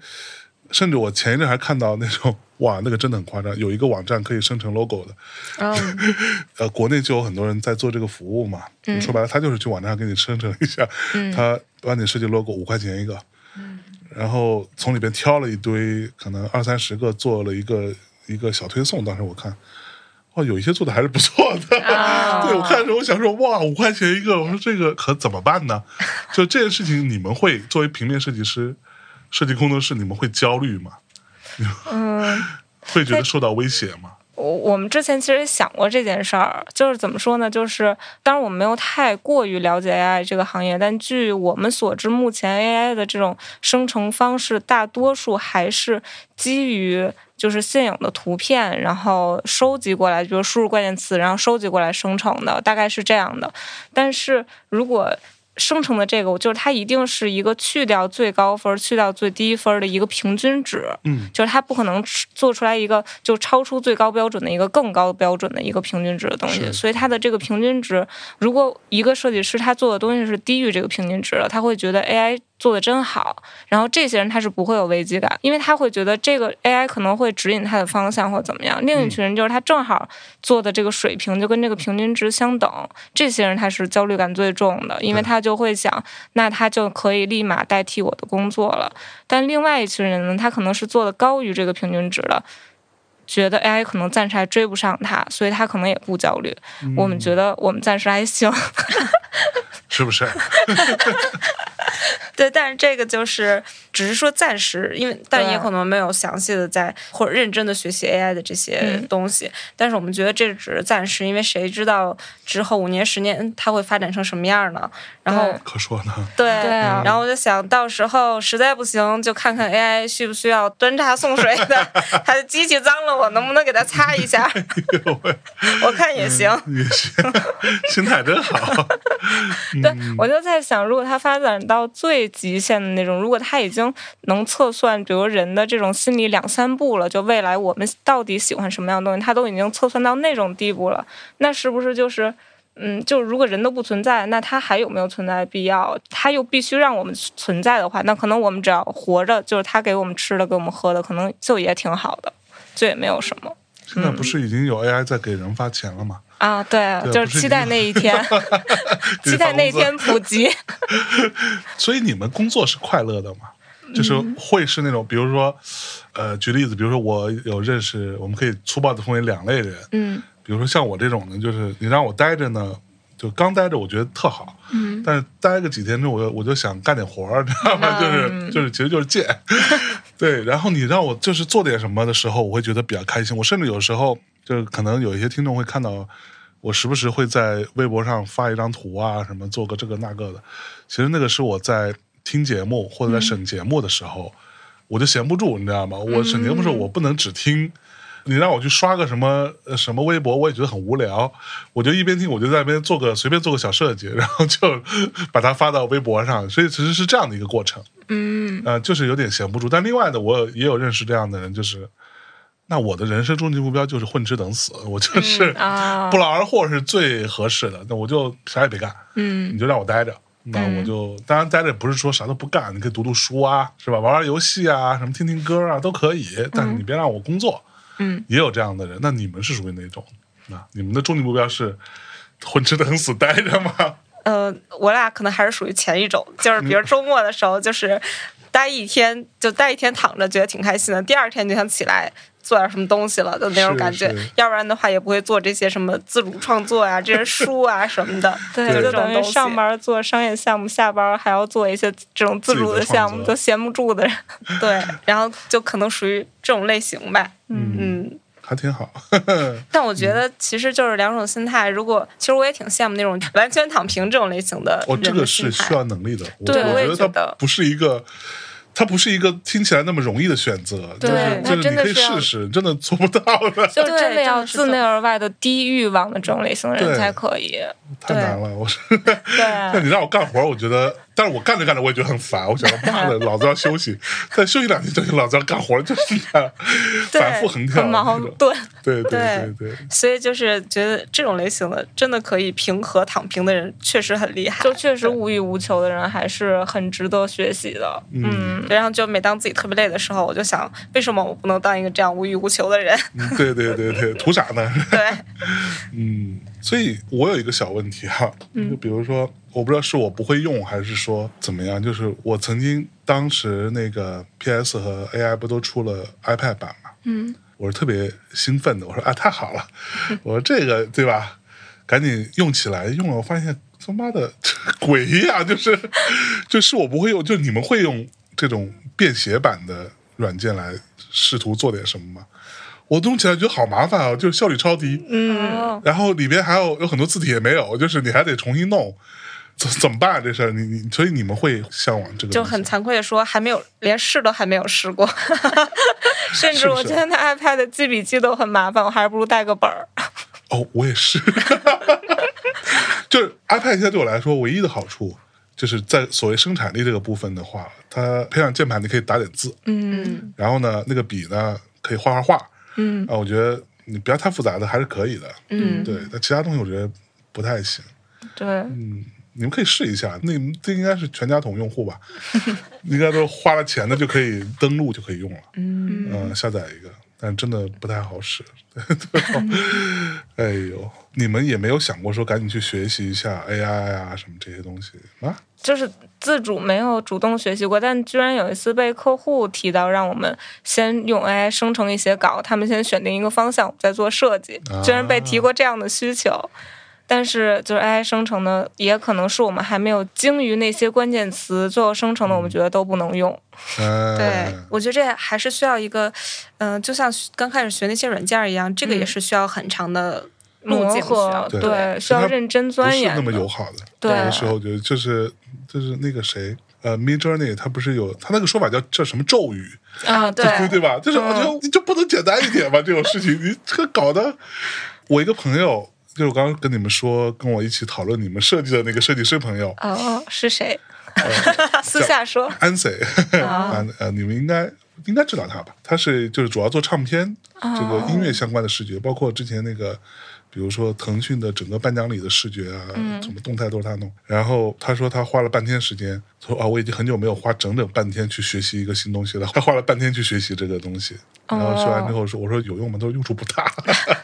A: 甚至我前一阵还看到那种，哇，那个真的很夸张，有一个网站可以生成 logo 的，
B: 嗯
A: 呃，国内就有很多人在做这个服务嘛。
C: 嗯
A: 说白了，他就是去网站上给你生成一下， 他帮你设计 logo，五块钱一个，
C: 嗯
A: 然后从里边挑了一堆，可能二三十个，做了一个一个小推送。当时我看，哦，有一些做的还是不错的。
C: 啊
A: 对我看的时候，我想说，哇，五块钱一个，我说这个可怎么办呢？就这件事情，你们会作为平面设计师、设计工作室，你们会焦虑吗？
C: 嗯，
A: 会觉得受到威胁吗？
C: 我我们之前其实也想过这件事儿，就是怎么说呢？就是当然我们没有太过于了解 AI 这个行业，但据我们所知，目前 AI 的这种生成方式，大多数还是基于就是现有的图片，然后收集过来，比如输入关键词，然后收集过来生成的，大概是这样的。但是如果生成的这个，就是它一定是一个去掉最高分、去掉最低分的一个平均值，
A: 嗯，
C: 就是它不可能吃做出来一个就超出最高标准的一个更高标准的一个平均值的东西，
A: 是
C: 所以它的这个平均值，如果一个设计师他做的东西是低于这个平均值的，他会觉得 AI 做的真好，然后这些人他是不会有危机感，因为他会觉得这个 AI 可能会指引他的方向或怎么样。
A: 嗯
C: 另一群人就是他正好做的这个水平就跟这个平均值相等，这些人他是焦虑感最重的，因为
A: 对
C: 他就会想，那他就可以立马代替我的工作了。但另外一群人呢，他可能是做的高于这个平均值的，觉得 AI 可能暂时还追不上他，所以他可能也不焦虑。我们觉得我们暂时还行，
A: 是不是？
B: 对，但是这个就是只是说暂时，因为但
C: 对
B: 也可能没有详细的在或者认真的学习 AI 的这些
C: 嗯
B: 东西，但是我们觉得这只是暂时，因为谁知道之后五年、十年嗯它会发展成什么样呢？然后
C: 对
A: 可说呢。
B: 对，
C: 对啊
B: 然后我就想到时候实在不行，就看看 AI 需不需要端茶送水的， 它的机器脏了我，能不能给它擦一下？
A: 哎呦喂
B: 我看也行。
A: 也 行，心态真好。
C: 嗯对，
A: 嗯
C: 我就在想，如果它发展到最极限的那种，如果它已经能测算，比如人的这种心理两三步了，就未来我们到底喜欢什么样的东西，它都已经测算到那种地步了，那是不是就是？嗯，就如果人都不存在，那它还有没有存在的必要？它又必须让我们存在的话，那可能我们只要活着，就是它给我们吃的、给我们喝的，可能就也挺好的，这也没有什么
A: 现在不是已经有 AI 在给人发钱了吗？
C: 啊。对，
A: 对
C: 就
A: 不
C: 是
A: 是
C: 期待
A: 你
C: 那 一天，期待那一天普及。
A: 所以你们工作是快乐的吗？就是
C: 嗯
A: 会是那种，比如说，呃，举例子，比如说我有认识，我们可以粗暴的分为两类人，
C: 嗯
A: 比如说像我这种呢，就是你让我待着呢，就刚待着我觉得特好，
C: 嗯，
A: 但是待个几天之后，我就我就想干点活儿，知道吗？ 就是就是其实就是贱， 对。然后你让我就是做点什么的时候，我会觉得比较开心。我甚至有时候就是可能有一些听众会看到，我时不时会在微博上发一张图啊，什么做个这个那个的。其实那个是我在听节目或者在审节目的时候，我就闲不住，你知道吗？我审节目的时候，我不能只听。你让我去刷个什么呃什么微博，我也觉得很无聊。我就一边听，我就在那边做个随便做个小设计，然后就 把它发到微博上。所以其实是这样的一个过程，
B: 嗯，
A: 呃，就是有点闲不住。但另外的，我也有认识这样的人，就是那我的人生终极目标就是混吃等死，我就是
C: 啊
A: 不，劳而获是最合适的。那我就啥也别干，
B: 嗯
A: 你就让我待着。那我就当然待着不是说啥都不干，你可以读读书啊，是吧？玩玩游戏啊，什么听听歌啊都可以，但是你别让我工作。
B: 嗯，
A: 也有这样的人。那你们是属于哪种？啊，你们的终极目标是混吃等死待着吗？
B: 呃，我俩可能还是属于前一种，就是比如周末的时候，就是待一天就待一天躺着，觉得挺开心的，第二天就想起来。做点什么东西了的那种
A: 是
B: 感觉
A: 是，
B: 要不然的话也不会做这些什么自主创作啊、这些书啊什么 的，
C: 对，
B: 就
C: 就
B: 这种
C: 等于
B: 东西。
C: 上班做商业项目，下班还要做一些这种自主的项
A: 自己的创
C: 目，
A: 作
C: 都闲不住的人。
B: 对，然后就可能属于这种类型吧。
A: 嗯
B: 嗯，
A: 还挺好。
B: 但我觉得其实就是两种心态。如果其实我也挺羡慕那种完全躺平这种类型的
A: 哦，
B: 人
A: 这
B: 的
A: 个
B: 心
A: 是
B: 态。
A: 需要能力的。我
B: 对我也
A: 我觉得
B: 觉得
A: 它不是一个，它不是一个听起来那么容易的选择。
C: 对
A: 就是
C: 它
A: 就是
C: 真
A: 你
C: 的
A: 可以
C: 是要
A: 试试，真的做不到的，
C: 就
B: 对
C: 真的要
B: 真的是
C: 自内而外的低欲望的这种类型的
A: 对
C: 人才可 以。
A: 太
B: 对
A: 难了。我是，那
C: 对，
A: 你让我干活，我觉得，但是我干着干着我也觉得很烦。我想，妈的，老子要休息，再休息两天就行，老子要干活，就是这样，
B: 对
A: 反复横跳
C: 很
A: 那
C: 矛
A: 种。
C: 盾。
A: 对对
B: 对
A: 对对，
B: 所以就是觉得这种类型的真的可以平和躺平的人确实很厉害。
C: 就确实无欲无求的人还是很值得学习的。
A: 嗯
C: 嗯，
B: 对然后就每当自己特别累的时候，我就想，为什么我不能当一个这样无欲无求的人？
A: 嗯对对对对，图啥呢？
B: 对，
A: 嗯，所以我有一个小问题哈、就比如说，我不知道是我不会用，还是说怎么样？就是我曾经当时那个 PS 和 AI 不都出了 iPad 版嘛？
C: 嗯，
A: 我是特别兴奋的，我说啊，太好了，我说这个对吧？赶紧用起来，用了我发现他妈的 鬼呀、就是就是我不会用，就是你们会用这种便携版的软件来试图做点什么吗？我用起来觉得好麻烦啊，就是效率超低。
B: 嗯，
C: 哦
A: 然后里边还有有很多字体也没有，就是你还得重新弄，怎怎么办、这事儿？你你所以你们会向往这个
B: 就
A: 东西
B: 很惭愧的说，还没有连试都还没有试过，
C: 甚
A: 是
C: 至
A: 不
C: 我
A: 是
C: 觉得那 iPad 记笔记都很麻烦，我还不如带个本儿。
A: 哦，我也是， 就是 iPad 现在对我来说唯一的好处。就是在所谓生产力这个部分的话，它配上键盘，你可以打点字，
C: 嗯
A: 然后呢，那个笔呢可以画画画
C: 嗯
A: 啊。我觉得你不要太复杂的还是可以的，
B: 嗯，
A: 对。但其他东西我觉得不太行。
C: 对，
A: 嗯，你们可以试一下，那你们这应该是全家桶用户 吧？应该都是花了钱的就可以登录就可以用了，嗯、下载一个，但真的不太好 使。对吧哎呦，你们也没有想过说赶紧去学习一下 AI 啊什么这些东西啊？
C: 就是自主没有主动学习过，但居然有一次被客户提到让我们先用 AI 生成一些稿，他们先选定一个方向，我们再做设计
A: 啊，
C: 居然被提过这样的需求。但是就是 AI 生成的，也可能是我们还没有精于那些关键词，最后生成的
A: 嗯
C: 我们觉得都不能用。
A: 哎
B: 对，我觉得这还是需要一个，嗯、就像刚开始学那些软件儿一样，这个也
C: 嗯
B: 是需要很长的路
C: 磨
B: 径需
C: 合
B: 要，
A: 对
C: 需要认真
A: 不
C: 钻
A: 是
C: 研
A: 那
C: 的。
A: 么友好的。
C: 对
A: 有的时候我觉得就是就是那个谁。呃，Mid Journey 它不是有它那个说法叫叫什么咒语，
C: 啊，对
A: 对对吧？就是我觉得你就不能简单一点吗？这种事情你这个搞得，我一个朋友，就是我刚刚跟你们说，跟我一起讨论你们设计的那个设计师朋友
C: 哦，是谁？
A: 嗯
C: 私下说
A: 安 n 啊呃，你们应该应该知道他吧？他是就是主要做唱片、这个音乐相关的视觉，包括之前那个。比如说腾讯的整个颁奖礼的视觉啊，什么动态都是他弄。然后他说他花了半天时间，他说啊，我已经很久没有花整整半天去学习一个新东西了。他花了半天去学习这个东西，然后说完
B: 哦
A: 之后说，我说有用吗？他说用处不大。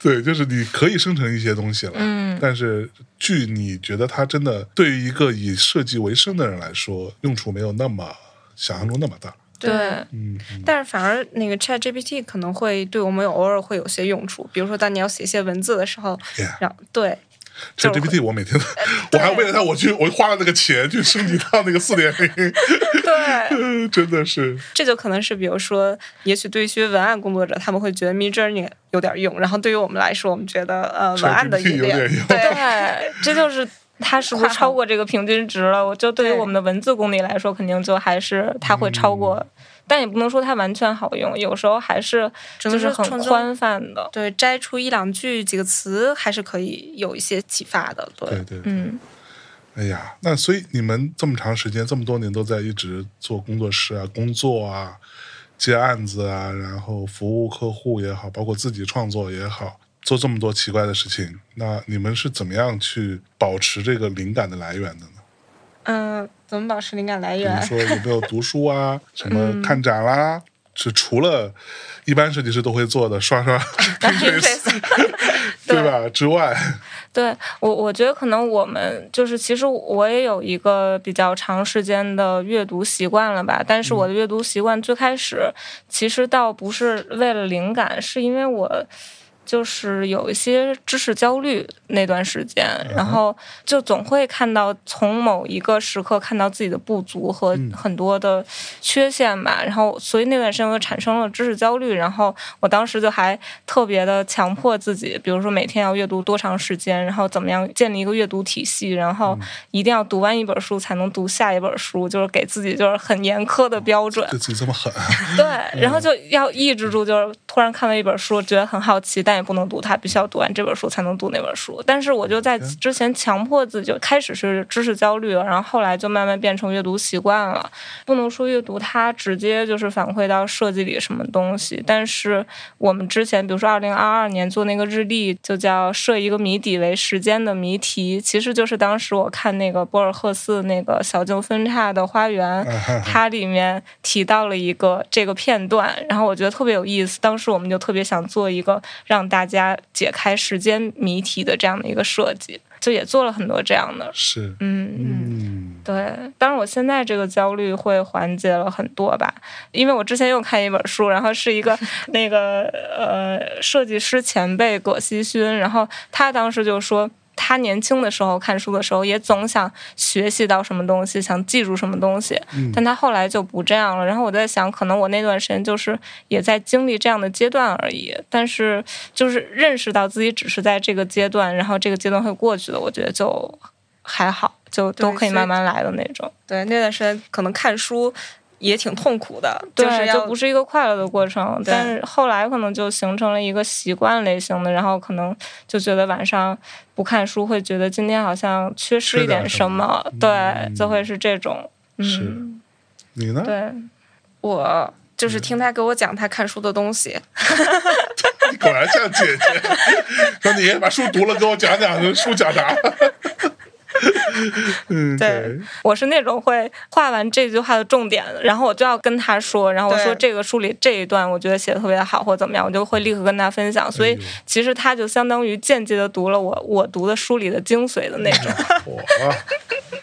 A: 对，就是你可以生成一些东西了，
C: 嗯
A: 但是据你觉得它真的对于一个以设计为生的人来说，用处没有那么想象中那么大。
C: 对，
A: 嗯，嗯
B: 但是反而那个 Chat GPT 可能会对我们有偶尔会有些用处，比如说当你要写一些文字的时候，
A: Yeah
B: 然后对
A: 这
B: 就是呃
A: GPT 我每天，我还为了它，我去我花了那个钱去升级到那个四点
B: 对，
A: 零， 真的是
B: 这就可能是比如说，也许对于一些文案工作者，他们会觉得 Mid Journey 有点用，然后对于我们来说，我们觉得呃文案的
A: ChatGPT
B: 演
A: 有点
B: 练
A: 用，
B: 对
C: 对，这就是他是不是超过这个平均值了？我就对于我们的文字功底来说，肯定就还是他会超过但也不能说它完全好用，有时候还是
B: 只能
C: 就是
B: 说
C: 很
B: 从中
C: 宽泛的。
B: 对，摘出一两句几个词还是可以有一些启发的。对，
A: 对对，
C: 嗯，
A: 哎呀，那所以你们这么长时间、这么多年都在一直做工作室啊、工作啊、接案子啊，然后服务客户也好，包括自己创作也好，做这么多奇怪的事情，那你们是怎么样去保持这个灵感的来源的呢？
B: 嗯，怎么保持灵感来
A: 比如
B: 源？
A: 嗯 说有没有读书 啊，什么看展啦、是除了一般设计师都会做的刷刷 Pinterest，对吧？之外，
C: 对我，我觉得可能我们就是，其实我也有一个比较长时间的阅读习惯了吧。但是我的阅读习惯最开始其实倒不是为了灵感，是因为我就是有一些知识焦虑那段时间，然后就总会看到从某一个时刻看到自己的不足和
A: 嗯
C: 很多的缺陷吧。然后所以那段时间我就产生了知识焦虑，然后我当时就还特别的强迫自己，比如说每天要阅读多长时间，然后怎么样建立一个阅读体系，然后一定要读完一本书才能读下一本书，就是给自己就是很严苛的标准。
A: 对自己这么狠，
C: 对，然后就要抑制住，就是突然看到一本书，觉得很好奇，但也不能读它，必须要读完这本书才能读那本书。但是我就在之前强迫自己，就开始是知识焦虑了，然后后来就慢慢变成阅读习惯了。不能说阅读它直接就是反馈到设计里什么东西，但是我们之前比如说二零二二年做那个日历，就叫设一个谜底为时间的谜题，其实就是当时我看那个博尔赫斯那个小径分叉的花
A: 嗯
C: 园，它里面提到了一个这个片段，然后我觉得特别有意思。当时我们就特别想做一个让大家解开时间谜题的这样的一个设计，就也做了很多这样的。
A: 是，
C: 嗯，
A: 嗯，
C: 对，当然我现在这个焦虑会缓解了很多吧，因为我之前又看一本书，然后是 一个那个呃设计师前辈葛西勋，然后他当时就说。他年轻的时候看书的时候，也总想学习到什么东西，想记住什么东西，
B: 嗯
C: 但他后来就不这样了。然后我在想，可能我那段时间就是也在经历这样的阶段而已。但是就是认识到自己只是在这个阶段，然后这个阶段会过去的，我觉得就还好，就都
B: 对
C: 可
B: 所以
C: 以慢慢来的那种。
B: 对，那段时间可能看书也挺痛苦的，
C: 对，
B: 是要
C: 就不是一个快乐的过程。
B: 对
C: 但是后来可能就形成了一个习惯类型的，然后可能就觉得晚上不看书会觉得今天好像缺失一点什么，
A: 缺
C: 对，
A: 点什么嗯
C: 就会是这种。
A: 是
C: 嗯，
A: 你呢？
C: 对，
B: 我就是
A: 嗯
B: 听他给我讲他看书的东西，
A: 你果然像姐姐，说你把书读了，给我讲讲这书讲啥。嗯，
B: 对
A: 对，
C: 我是那种会画完这句话的重点，然后我就要跟他说，然后我
B: 对
C: 说这个书里这一段我觉得写的特别好，或怎么样，我就会立刻跟他分享。所
A: 哎
C: 以
A: 呦
C: 其实他就相当于间接的读了我我读的书里的精髓的那种。
A: 我，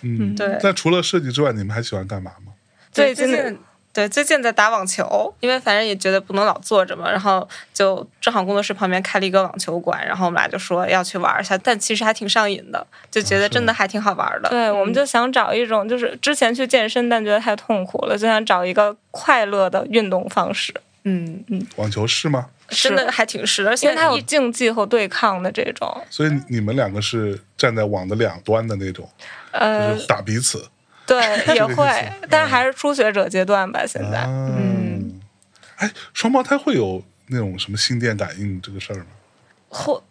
A: 嗯，
B: 对
A: 那除了设计之外，你们还喜欢干嘛吗？
C: 最
B: 最
C: 近的
B: 近。对，最近在打网球，因为反正也觉得不能老坐着嘛，然后就正好工作室旁边开了一个网球馆，然后我们俩就说要去玩一下，但其实还挺上瘾的，就觉得真
A: 嗯
B: 的还挺好玩的。嗯
C: 对，我们就想找一种，就是之前去健身，但觉得太痛苦了，就想找一个快乐的运动方式，
B: 嗯，
A: 网球是吗？
B: 真的还挺适，而
C: 因
B: 且
C: 为它有
B: 一
C: 竞技和对抗的这种。
A: 所以你们两个是站在网的两端的那种，
C: 呃
A: 就，是打彼此。
C: 对，也
A: 这个意思
C: 会，但是还是初学者阶段吧，现在。
A: 啊，
B: 嗯
A: 哎，双胞胎会有那种什么心电感应这个事儿吗？
B: 嚯，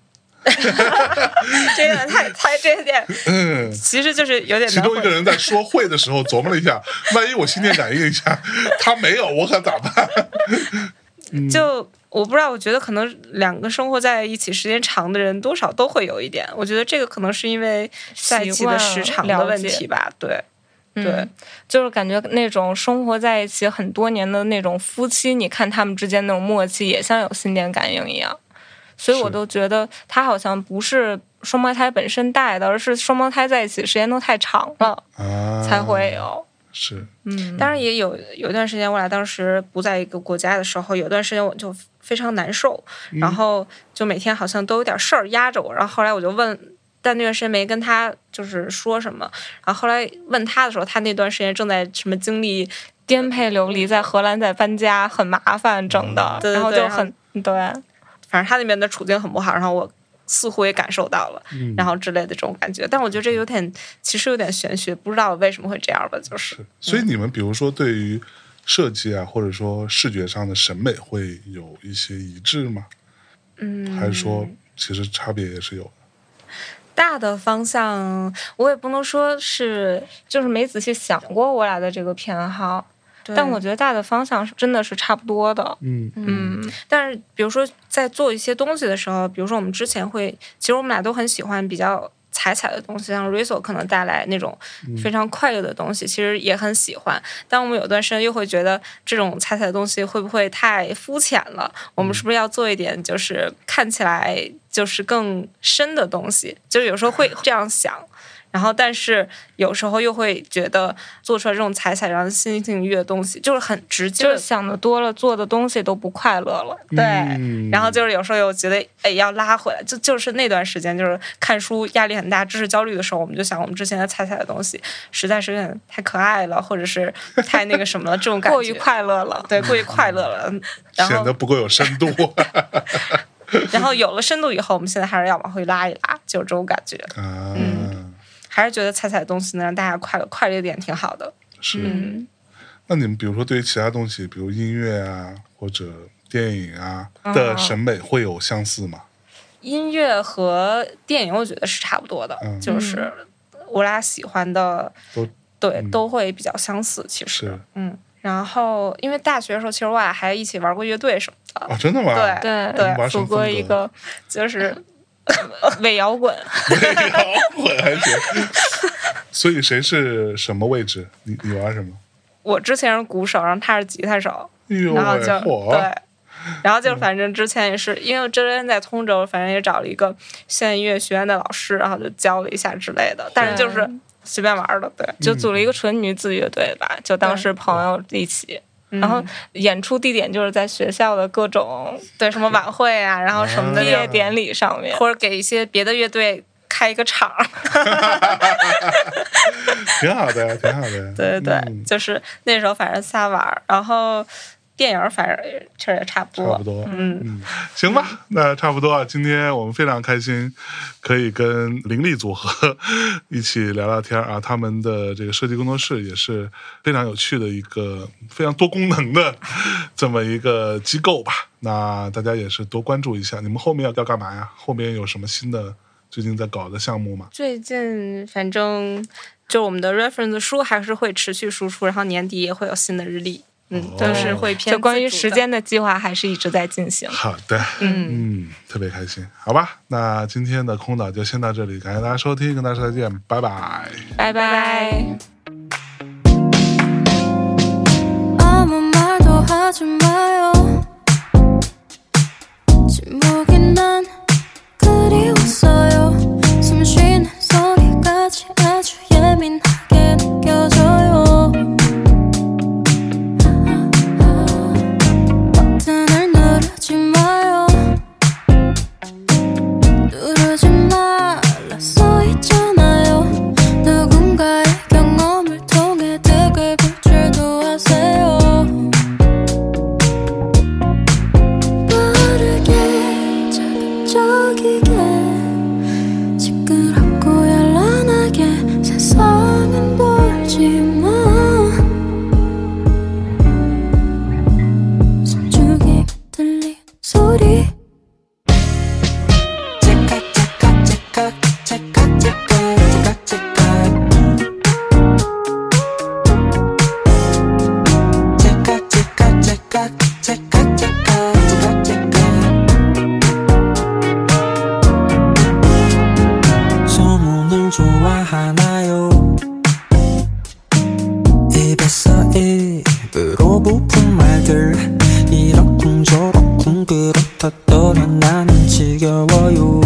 B: 这有点太太这有点，
A: 嗯，
B: 其实就是有点
A: 其
B: 难
A: 中一个
B: 回。
A: 人在说会的时候琢磨了一下，万一我心电感应一下，他没有，我可咋办？嗯
B: 就我不知道，我觉得可能两个生活在一起时间长的人，多少都会有一点。我觉得这个可能是因为在一起的时长的问题吧。对，对
C: 嗯，就是感觉那种生活在一起很多年的那种夫妻，你看他们之间那种默契，也像有心电感应一样。所以我
A: 是
C: 都觉得他好像不是双胞胎本身带的，而是双胞胎在一起时间都太长了
A: 啊，
C: 才会有。
A: 是，
C: 嗯，
B: 当然也有有一段时间，我俩当时不在一个国家的时候，有一段时间我就非常难受，
C: 嗯
B: 然后就每天好像都有点事儿压着我。然后后来我就问，但那段时间没跟他就是说什么。然后后来问他的时候，他那段时间正在什么经历
C: 颠沛流离，在荷兰在搬家，很麻烦，整的，
B: 对对
C: 然后
B: 对
C: 就很对，
B: 反正他那边的处境很不好，然后我似乎也感受到了，
A: 嗯
B: 然后之类的这种感觉。但我觉得这有点，其实有点玄学，不知道为什么会这样吧，就是
A: 所以你们比如说对于设计啊，或者说视觉上的审美会有一些一致吗？
B: 嗯，
A: 还是说其实差别也是有的？
C: 大的方向，我也不能说是，就是没仔细想过我俩的这个偏好，
B: 对
C: 但我觉得大的方向是真的是差不多的。
A: 嗯
B: 嗯，但是比如说在做一些东西的时候，比如说我们之前会，其实我们俩都很喜欢比较彩彩的东西，像 Riso 可能带来那种非常快乐的东西，其实也很喜欢。但我们有段时间又会觉得这种彩彩的东西会不会太肤浅了？我们是不是要做一点就是看起来就是更深的东西？就是有时候会这样想。然后，但是有时候又会觉得做出来这种彩彩，让人心情悦动西，就是很直接
C: 就
B: 的
C: 是想的多了，做的东西都不快乐了。
B: 对，
A: 嗯
B: 然后就是有时候又觉得哎要拉回来，就就是那段时间就是看书压力很大、知识焦虑的时候，我们就想我们之前的彩彩的东西实在是有点太可爱了，或者是太那个什么了，这种感觉
C: 过于快乐了，
B: 对过于快乐 了。然
A: 显得
B: 后
A: 不够有深 度
B: 然后有了深度以后，我们现在还是要往回拉一拉，就有这种感觉，
A: 啊。
B: 嗯还是觉得彩彩的东西能让大家快乐快乐一点挺好的。
A: 是，
B: 嗯
A: 那你们比如说对于其他东西，比如音乐啊或者电影啊
B: 嗯
A: 的审美会有相似吗？
B: 音乐和电影我觉得是差不多的，
A: 嗯
B: 就是我俩喜欢的
A: 都
B: 对
A: 嗯
B: 都会比较相似，其实
A: 是
B: 嗯，然后因为大学的时候，其实我俩还一起玩过乐队什么的，
A: 啊，真的吗？
B: 对
C: 对
A: 对玩什么
C: 组过
A: 风格
C: 一个
B: 就是
C: 伪摇滚，
A: 摇滚还行。 所以谁是什么位置？你你玩什么？
B: 我之前是鼓手，然后他是吉他手，
A: 哎呦喂，
B: 然后就
A: 嚯
B: 对，然后就反正之前也是因为我之前在通州，反正也找了一个现代音乐学院的老师，然后就教了一下之类的，但是就是随便玩的，对，
C: 就
A: 嗯
C: 组了一个纯女子乐队吧，就当时朋友一起。
B: 嗯
C: 然后演出地点就是在学校的各种
B: 对什么晚会啊，然后什么的
C: 毕
B: 那种
C: 业典礼上
A: 嗯
C: 面，
B: 或者给一些别的乐队开一个场儿，
A: 挺好的呀，挺好的呀。
B: 对对对，
A: 嗯
B: 就是那时候反正仨玩儿，然后电影儿反正也确实也差不多，
A: 差不多，
B: 嗯
A: 嗯，行吧，那差不多啊。今天我们非常开心，可以跟灵力组合一起聊聊天啊。他们的这个设计工作室也是非常有趣的一个非常多功能的这么一个机构吧。那大家也是多关注一下。你们后面要要干嘛呀？后面有什么新的最近在搞的项目吗？
B: 最近反正就我们的 reference 书还是会持续输出，然后年底也会有新的日历，嗯，
A: 哦
B: 就是会偏
C: 就关于
B: 自主
C: 时
B: 的。
C: 间的计划还是一直在进行。
A: 好的，
B: 嗯，
A: 嗯，特别开心，好吧。那今天的空岛就先到这里，感谢大家收听，跟大家说再见，拜拜。
C: 拜拜。
D: 아무 말도 하지 마요 침묵이 난 그리웠어요 숨 쉰 소리까지 아주 예민하게 느껴져요 버튼을 누르지 마요 누르지 말라 써있잖아요 누군가의 경험을 통해 득을 볼 줄도 아세요 빠르게 자극적이게 시끄럽고 열란하게 세상은 돌지만 숨죽이 들린 소리
E: 찰칵 찰칵 찰칵 찰칵 찰칵 찰칵 찰칵 찰칵 찰칵 찰칵 찰칵 찰칵 소문을 좋아하나요 입에서 입으로 부푼 말들 이러쿵저러쿵 그렇다 떠나 나는 지겨워요